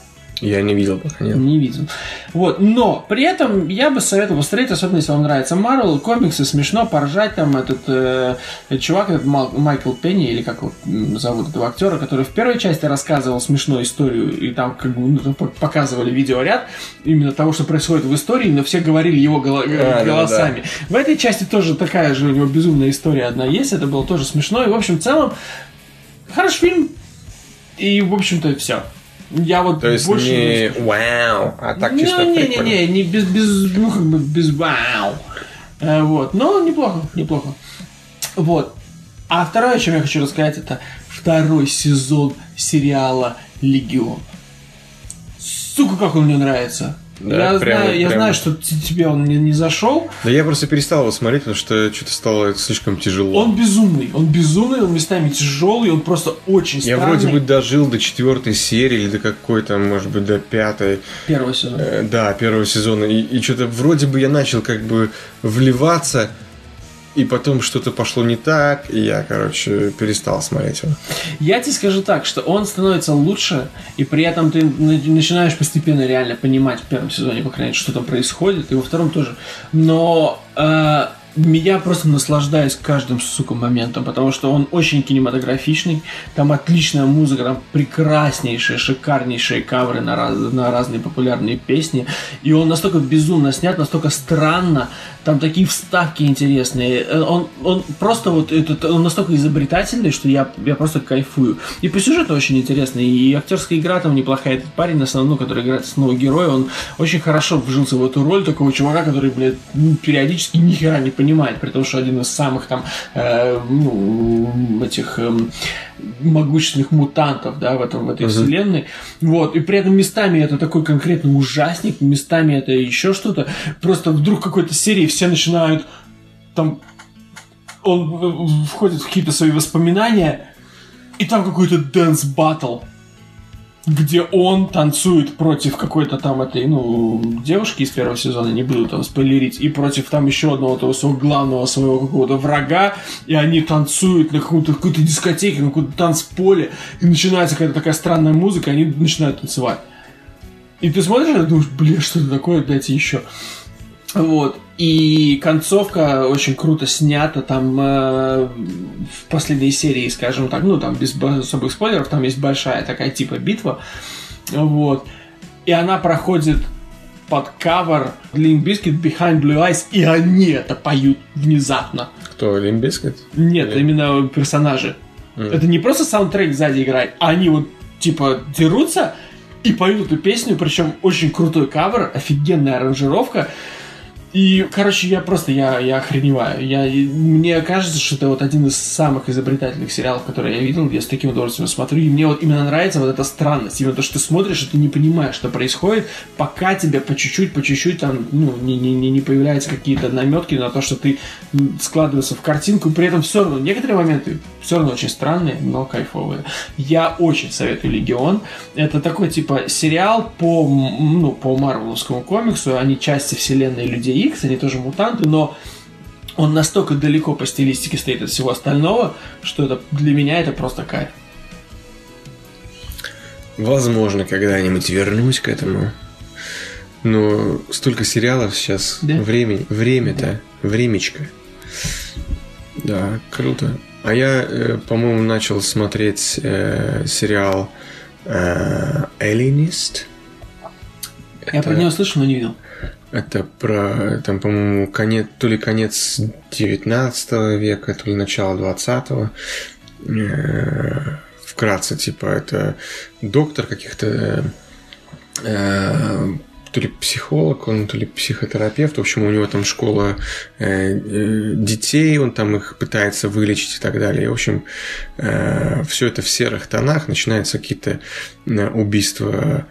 Я не видел пока, нет. Не видел. Вот, но при этом я бы советовал посмотреть, особенно если вам нравится Марвел, комиксы, смешно, поржать там этот э, чувак, этот Мал- Майкл Пенни, или как его м, зовут этого актера, который в первой части рассказывал смешную историю, и там как бы ну, по- показывали видеоряд именно того, что происходит в истории, но все говорили его голо- э, да, да. голосами. В этой части тоже такая же у него безумная история одна есть, это было тоже смешно, и в общем в целом хороший фильм, и в общем-то все. Я вот То есть больше не не вау, а так чисто ну, не, не, прикольно. не, не без, без, ну, как бы без вау. Э, Вот, но неплохо, неплохо. Вот. А второе, о чем я хочу рассказать, это второй сезон сериала «Легион». Сука, как он мне нравится. Да, я прям- знаю, я прям. знаю, что т- тебе он не, не зашел. Да я просто перестал его смотреть, потому что что-то стало слишком тяжело. Он безумный, он безумный, он местами тяжелый, он просто очень Я странный. вроде бы дожил до четвертой серии или до какой там, может быть, до пятой, Первый сезон. э, да, первого сезона. И, что-то вроде бы я начал как бы вливаться, и потом что-то пошло не так, и я, короче, перестал смотреть его. Я тебе скажу так, что он становится лучше, и при этом ты на- начинаешь постепенно реально понимать в первом сезоне, по крайней мере, что там происходит, и во втором тоже. Но э, я просто наслаждаюсь каждым, сука, моментом, потому что он очень кинематографичный, там отличная музыка, там прекраснейшие, шикарнейшие кавры на, раз- на разные популярные песни, и он настолько безумно снят, настолько странно, там такие вставки интересные. Э, Он, он просто вот этот, он настолько изобретательный, что я, я просто кайфую. И по сюжету очень интересно, и актерская игра там неплохая. Этот парень, на основном, который играет основного героя, он очень хорошо вжился в эту роль такого чувака, который, блядь, ну, периодически нихера не понимает, при том, что один из самых там э, ну, этих эм, могущественных мутантов, да, в, этом, в этой вселенной. Вот, и при этом местами это такой конкретный ужасник, местами это еще что-то. Просто вдруг в какой-то серии все начинают там он э, в- в- входит в какие-то свои воспоминания, и там какой-то дэнс баттл, где он танцует против какой-то там этой, ну, девушки из первого сезона, не буду там спойлерить, и против там еще одного того своего главного своего какого-то врага, и они танцуют на какой-то какой-то дискотеке, на каком-то танцполе, и начинается какая-то такая странная музыка, и они начинают танцевать. И ты смотришь и думаешь, блин, что это такое, дайте еще. Вот. И концовка очень круто снята. Там э, в последней серии, скажем так, ну там без бо- особых спойлеров, там есть большая такая типа битва. Вот. И она проходит под кавер Link Biscuit Behind Blue Eyes, и они это поют внезапно. Кто, Лимбискет? Нет, именно персонажи. Это не просто саундтрек сзади играет, а они вот типа дерутся и поют эту песню, причем очень крутой кавер, офигенная аранжировка. И, короче, я просто, я, я охреневаю. Я, и мне кажется, что это вот один из самых изобретательных сериалов, которые я видел. Я с таким удовольствием смотрю. И мне вот именно нравится вот эта странность. Именно то, что ты смотришь, и ты не понимаешь, что происходит, пока тебе по чуть-чуть, по чуть-чуть там, ну, не, не, не, не появляются какие-то наметки на то, что ты м, складывается в картинку. При этом все равно, некоторые моменты все равно очень странные, но кайфовые. Я очень советую «Легион». Это такой, типа, сериал по, м, ну, по марвеловскому комиксу. Они части вселенной Людей Икс, они тоже мутанты, но он настолько далеко по стилистике стоит от всего остального, что это для меня это просто кайф. Возможно, когда-нибудь вернусь к этому. Но столько сериалов сейчас. Да. Времени. Время-то. Времечко. Да, круто. А я, э, по-моему, начал смотреть э, сериал э, «Алиенист». Я про него слышал, но не видел. Это про, там, по-моему, конец, то ли конец 19 века, то ли начало 20 Вкратце, типа, это доктор каких-то, э, то ли психолог он, то ли психотерапевт. В общем, у него там школа э, э, детей, он там их пытается вылечить и так далее. И, В общем, все это в серых тонах. Начинаются какие-то э, убийства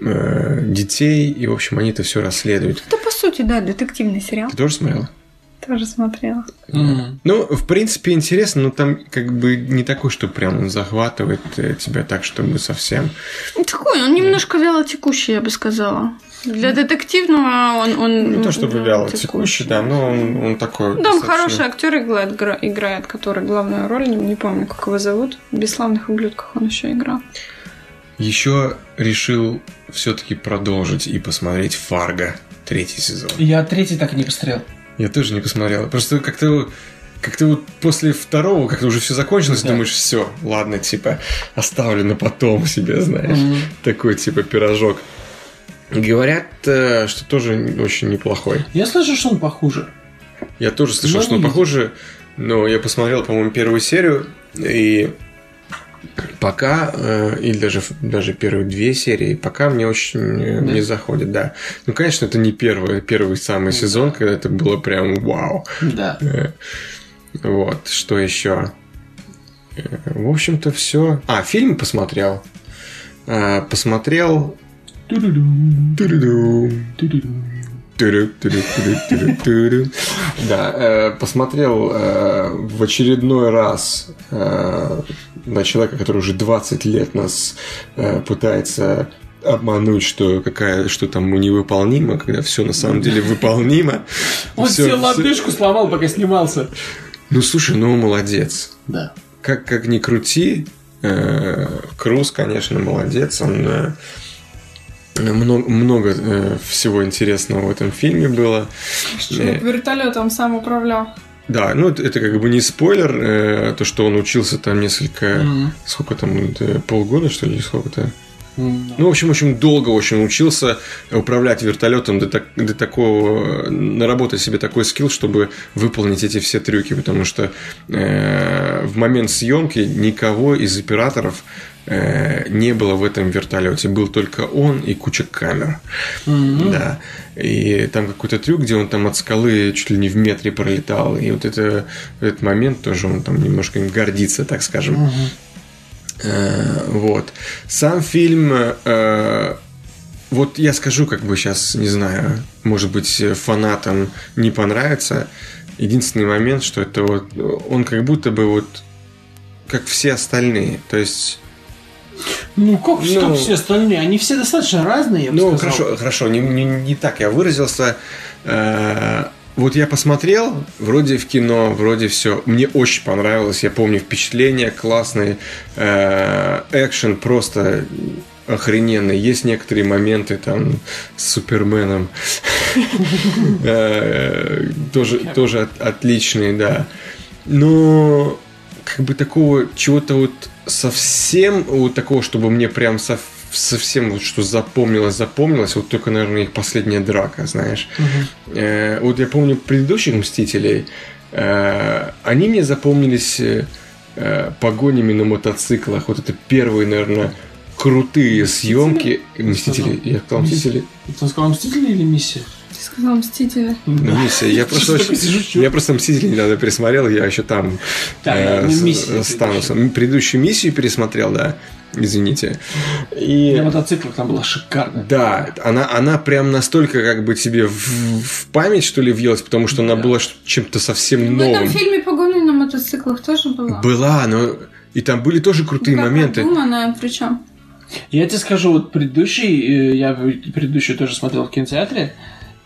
э, детей, и, в общем, они это все расследуют. Это, по сути, да, детективный сериал. Ты тоже смотрела? Тоже смотрела. Ну, в принципе, интересно, но там как бы не такой, что прям он захватывает э, тебя так, чтобы совсем. Ну, Такой, он немножко вяло текущий, я бы сказала. Ну. Для детективного он... он Ну, Не то чтобы да, вяло текущий, да, но он, он такой. Да, он достаточно- хороший актер играет, гра- играет, который главную роль, не, не помню, как его зовут. В бесславных ублюдках он еще играл. Еще решил все-таки продолжить и посмотреть Фарго третий сезон. Я третий так и не посмотрел. Я тоже не посмотрел. Просто как-то как-то вот после второго, как-то уже все закончилось, думаешь, все, ладно, типа, оставлю на потом себе, знаешь. Такой, типа, пирожок. Говорят, э, что тоже очень неплохой. Я слышал, что он похуже. Я тоже слышал, Ну, что он видите. похоже, но я посмотрел, по-моему, первую серию, и пока, э, или даже, даже первые две серии, пока мне очень э, не заходит, да. Ну, конечно, это не первый, первый самый сезон, когда это было прям вау. Да. Вот, что еще? Э, В общем-то, все. А, фильм посмотрел. Э, Посмотрел. Ту-ду-ду, Ту-ду-ду. ту-ду-ду. Тыры-тыры-тыры-тыры-тыры. Да, э, посмотрел э, в очередной раз э, на человека, который уже 20 лет нас э, пытается обмануть, что какая, что там мы невыполнимо, когда все на самом деле выполнимо. Он Всё- себе всё- лодыжку сломал, пока снимался. Ну слушай, ну молодец. Да. Как как ни крути, э, Круз, конечно, молодец. Он э, много, много, э, всего интересного в этом фильме было. Э, Вертолетом сам управлял. Да, ну это, это как бы не спойлер, э, то, что он учился там несколько, сколько там, э, полгода, что ли, или сколько-то. Ну, в общем, очень долго очень учился управлять вертолетом до, так- до такого, э, наработать себе такой скилл, чтобы выполнить эти все трюки, потому что э, в момент съемки никого из операторов э, не было в этом вертолете. Был только он и куча камер. Да. И там какой-то трюк, где он там от скалы чуть ли не в метре пролетал. И вот это, этот момент тоже он там немножко им гордится, так скажем. Э, Вот. Сам фильм... э, Вот я скажу, как бы сейчас, не знаю, может быть, э, фанатам не понравится. Единственный момент, что это вот... Он как будто бы вот... Как все остальные. То есть... Ну, как, Ну. как все остальные? Они все достаточно разные, я бы сказал. Ну, хорошо, хорошо, не, не- не так я выразился. Э, Вот я посмотрел, вроде в кино, вроде все. Мне очень понравилось, я помню впечатление, классный э, экшен, просто охрененный. Есть некоторые моменты там с Суперменом. Э, Тоже тоже от- отличные, да. Но как бы такого чего-то вот совсем, вот такого, чтобы мне прям сов- совсем вот что запомнилось, запомнилось, вот только, наверное, их последняя драка, знаешь. Э, вот я помню предыдущих «Мстителей», э, они мне запомнились э, э, погонями на мотоциклах. Вот это первые, наверное, крутые съемки. «Мстители», я сказал «Мстители». Ты сказал, Мстители или Миссия? Ты сказал Мстители. Ну, «Миссия». я просто Что-то сижу, очень... чё? Я просто «Мстители» недавно пересмотрел, я еще там Так, э, ну, с- миссия с Таносом. Предыдущую миссию пересмотрел, да. Извините. И... На мотоциклах там было шикарно. Да, она, она прям настолько как бы тебе в, в память, что ли, въелась, потому что она была ш- чем-то Ну, совсем В этом новым. фильме погоня на мотоциклах тоже была. Была, но... И там были тоже крутые Ну, моменты. Думанная причем. Я тебе скажу, вот предыдущий, э, я предыдущий тоже смотрел в кинотеатре,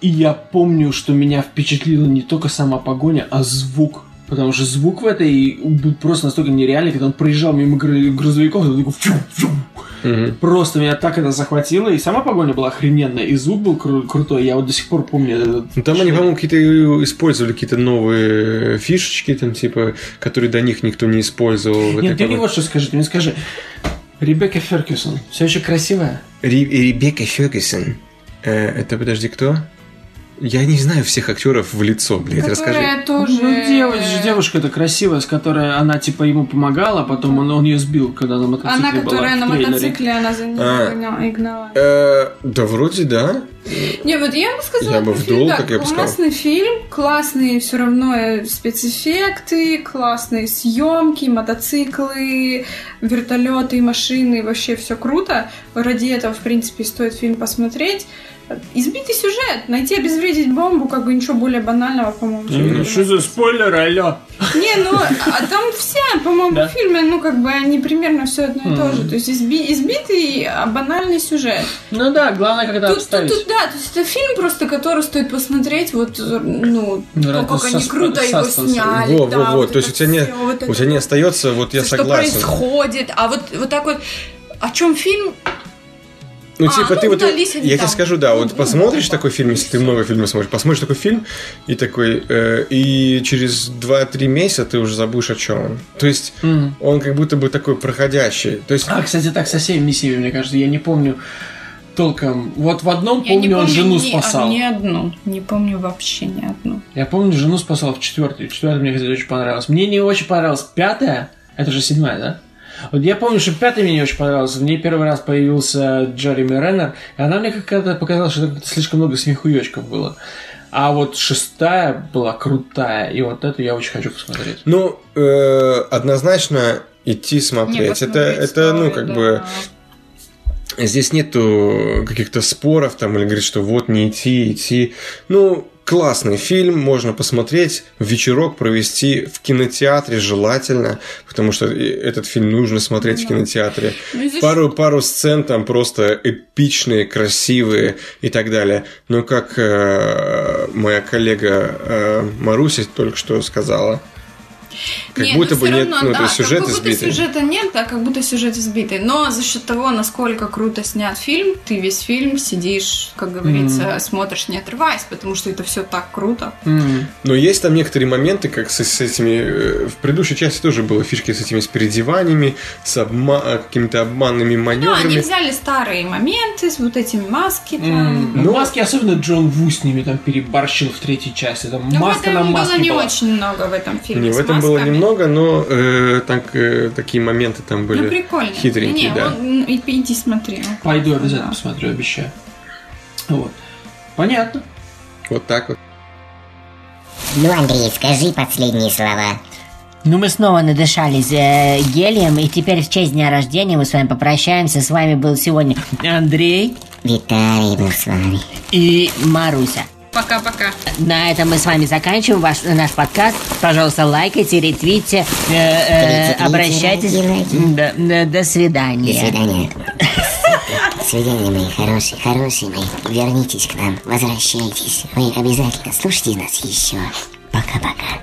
и я помню, что меня впечатлила не только сама погоня, а звук. Потому что звук в этой был просто настолько нереальный, когда он проезжал мимо гру- грузовиков, и он такой фью, фью. Просто меня так это захватило. И сама погоня была охрененная, и звук был кру- крутой. Я вот до сих пор помню этот Ну, Там они, по-моему, какие-то использовали какие-то новые фишечки, там, типа, которые до них никто не использовал. в этой Нет, ты мне погоде. вот что скажи, ты мне скажи. Ребекка Феркюсон все еще красивая? Ри- Ребекка Фергюсон. Э, это, подожди, кто? Я не знаю всех актеров в лицо, блядь, расскажи. Которая тоже... Ну, э, девочка, девушка-то красивая, с которой она, типа, ему помогала, а потом он, он ее сбил, когда на мотоцикле Она, была которая в на трейлере. мотоцикле, она за ним А. гна- и гнала. Э, Да вроде да. Не, вот я бы сказала, Я бы про в фильм долг, так. как я бы сказал. Классный фильм, классные все равно э, спецэффекты, классные съемки, мотоциклы, вертолеты, машины, вообще все круто. Ради этого, в принципе, стоит фильм посмотреть. Э, Избитый сюжет, найти обезвредить бомбу, как бы ничего более банального, по-моему. всё Ну, было. что за спойлер, алло? Не, ну, а там все, по-моему, Да. Хм. фильмы, ну, как бы, они примерно все одно и то же. То есть изби- избитый, а банальный сюжет. Ну да, главное, когда Тут, тут, тут, да, то есть это фильм просто, который стоит посмотреть, вот, ну, Ну, то, ради как они саспен- круто его саспенса. сняли. Во, А, да, во, во. вот То есть у это тебя не, всё, вот у это тебя не остается, вот я всё, согласен. Что происходит, а вот, вот так вот, о чем фильм? Ну, А, типа, ну, ты вот... удались они Я там. тебе скажу, да, Ну, вот ну, посмотришь типа. такой фильм, если ты много фильмов смотришь, посмотришь такой фильм, и такой... э, и через 2-3 месяца ты уже забудешь, о чем он. То есть М. он как будто бы такой проходящий. То есть... А, кстати, так со всеми миссиями, мне кажется, я не помню толком. Вот в одном Я не помню, он помню жену ни- а, спасал. Ни одну, не помню вообще ни одну. Я помню, жену спасал в четвертой. Четвертая мне, кстати, очень понравилась. Мне не очень понравилась пятая. Это же седьмая, да? Вот я помню, что пятая мне не очень понравилась. В ней первый раз появился Джереми Реннер. И она мне как-то показалась, что как-то слишком много смехуёчков было. А вот шестая была крутая. И вот эту я очень хочу посмотреть. Ну, э, однозначно идти смотреть. это, это, ну, как бы... Здесь нету каких-то споров там или говорит, что вот не идти, идти. Ну, классный фильм, можно посмотреть, вечерок провести в кинотеатре желательно, потому что и этот фильм нужно смотреть в кинотеатре. Ну, и за Пару, пару сцен там просто эпичные, красивые и так далее. Но как э, моя коллега э, Маруся только что сказала, как Не, будто ну бы всё нет, равно, ну, да, то есть сюжет как будто избитый. сюжета нет, да, как будто сюжет избитый. Но за счет того, насколько круто снят фильм, ты весь фильм сидишь, как говорится, смотришь не отрываясь, потому что это все так круто. М. Но есть там некоторые моменты, как с, с этими... э, В предыдущей части тоже было фишки с этими с переодеваниями, с обма- э, какими-то обманными Ну, они маневрами. взяли старые моменты с вот этими маски там. Ну, маски, особенно Джон Ву с ними там переборщил в третьей части. Там Ну, маска в на этом было маске не была. очень много в этом фильме. Не, в с этом было масками. немного, но э, так, э, такие моменты там Ну, были. прикольно. хитренькие, не, да. он- и- иди смотри. он Пойду классный, обязательно да. посмотрю, обещаю. Вот. Понятно. вот так вот. Ну, Андрей, скажи последние слова. Ну, мы снова надышались э, гелием, и теперь в честь дня рождения мы с вами попрощаемся. С вами был сегодня Андрей Виталий был с вами. и Маруся. Пока-пока. На этом мы с вами заканчиваем ваш, наш подкаст. Пожалуйста, лайкайте, ретвитьте, э, э, Ретвитите, обращайтесь. лайки, Да, да, до До свидания. свидания. До свидания, мои хорошие, хорошие мои. Вернитесь к нам, возвращайтесь. Вы обязательно слушайте нас еще. Пока-пока.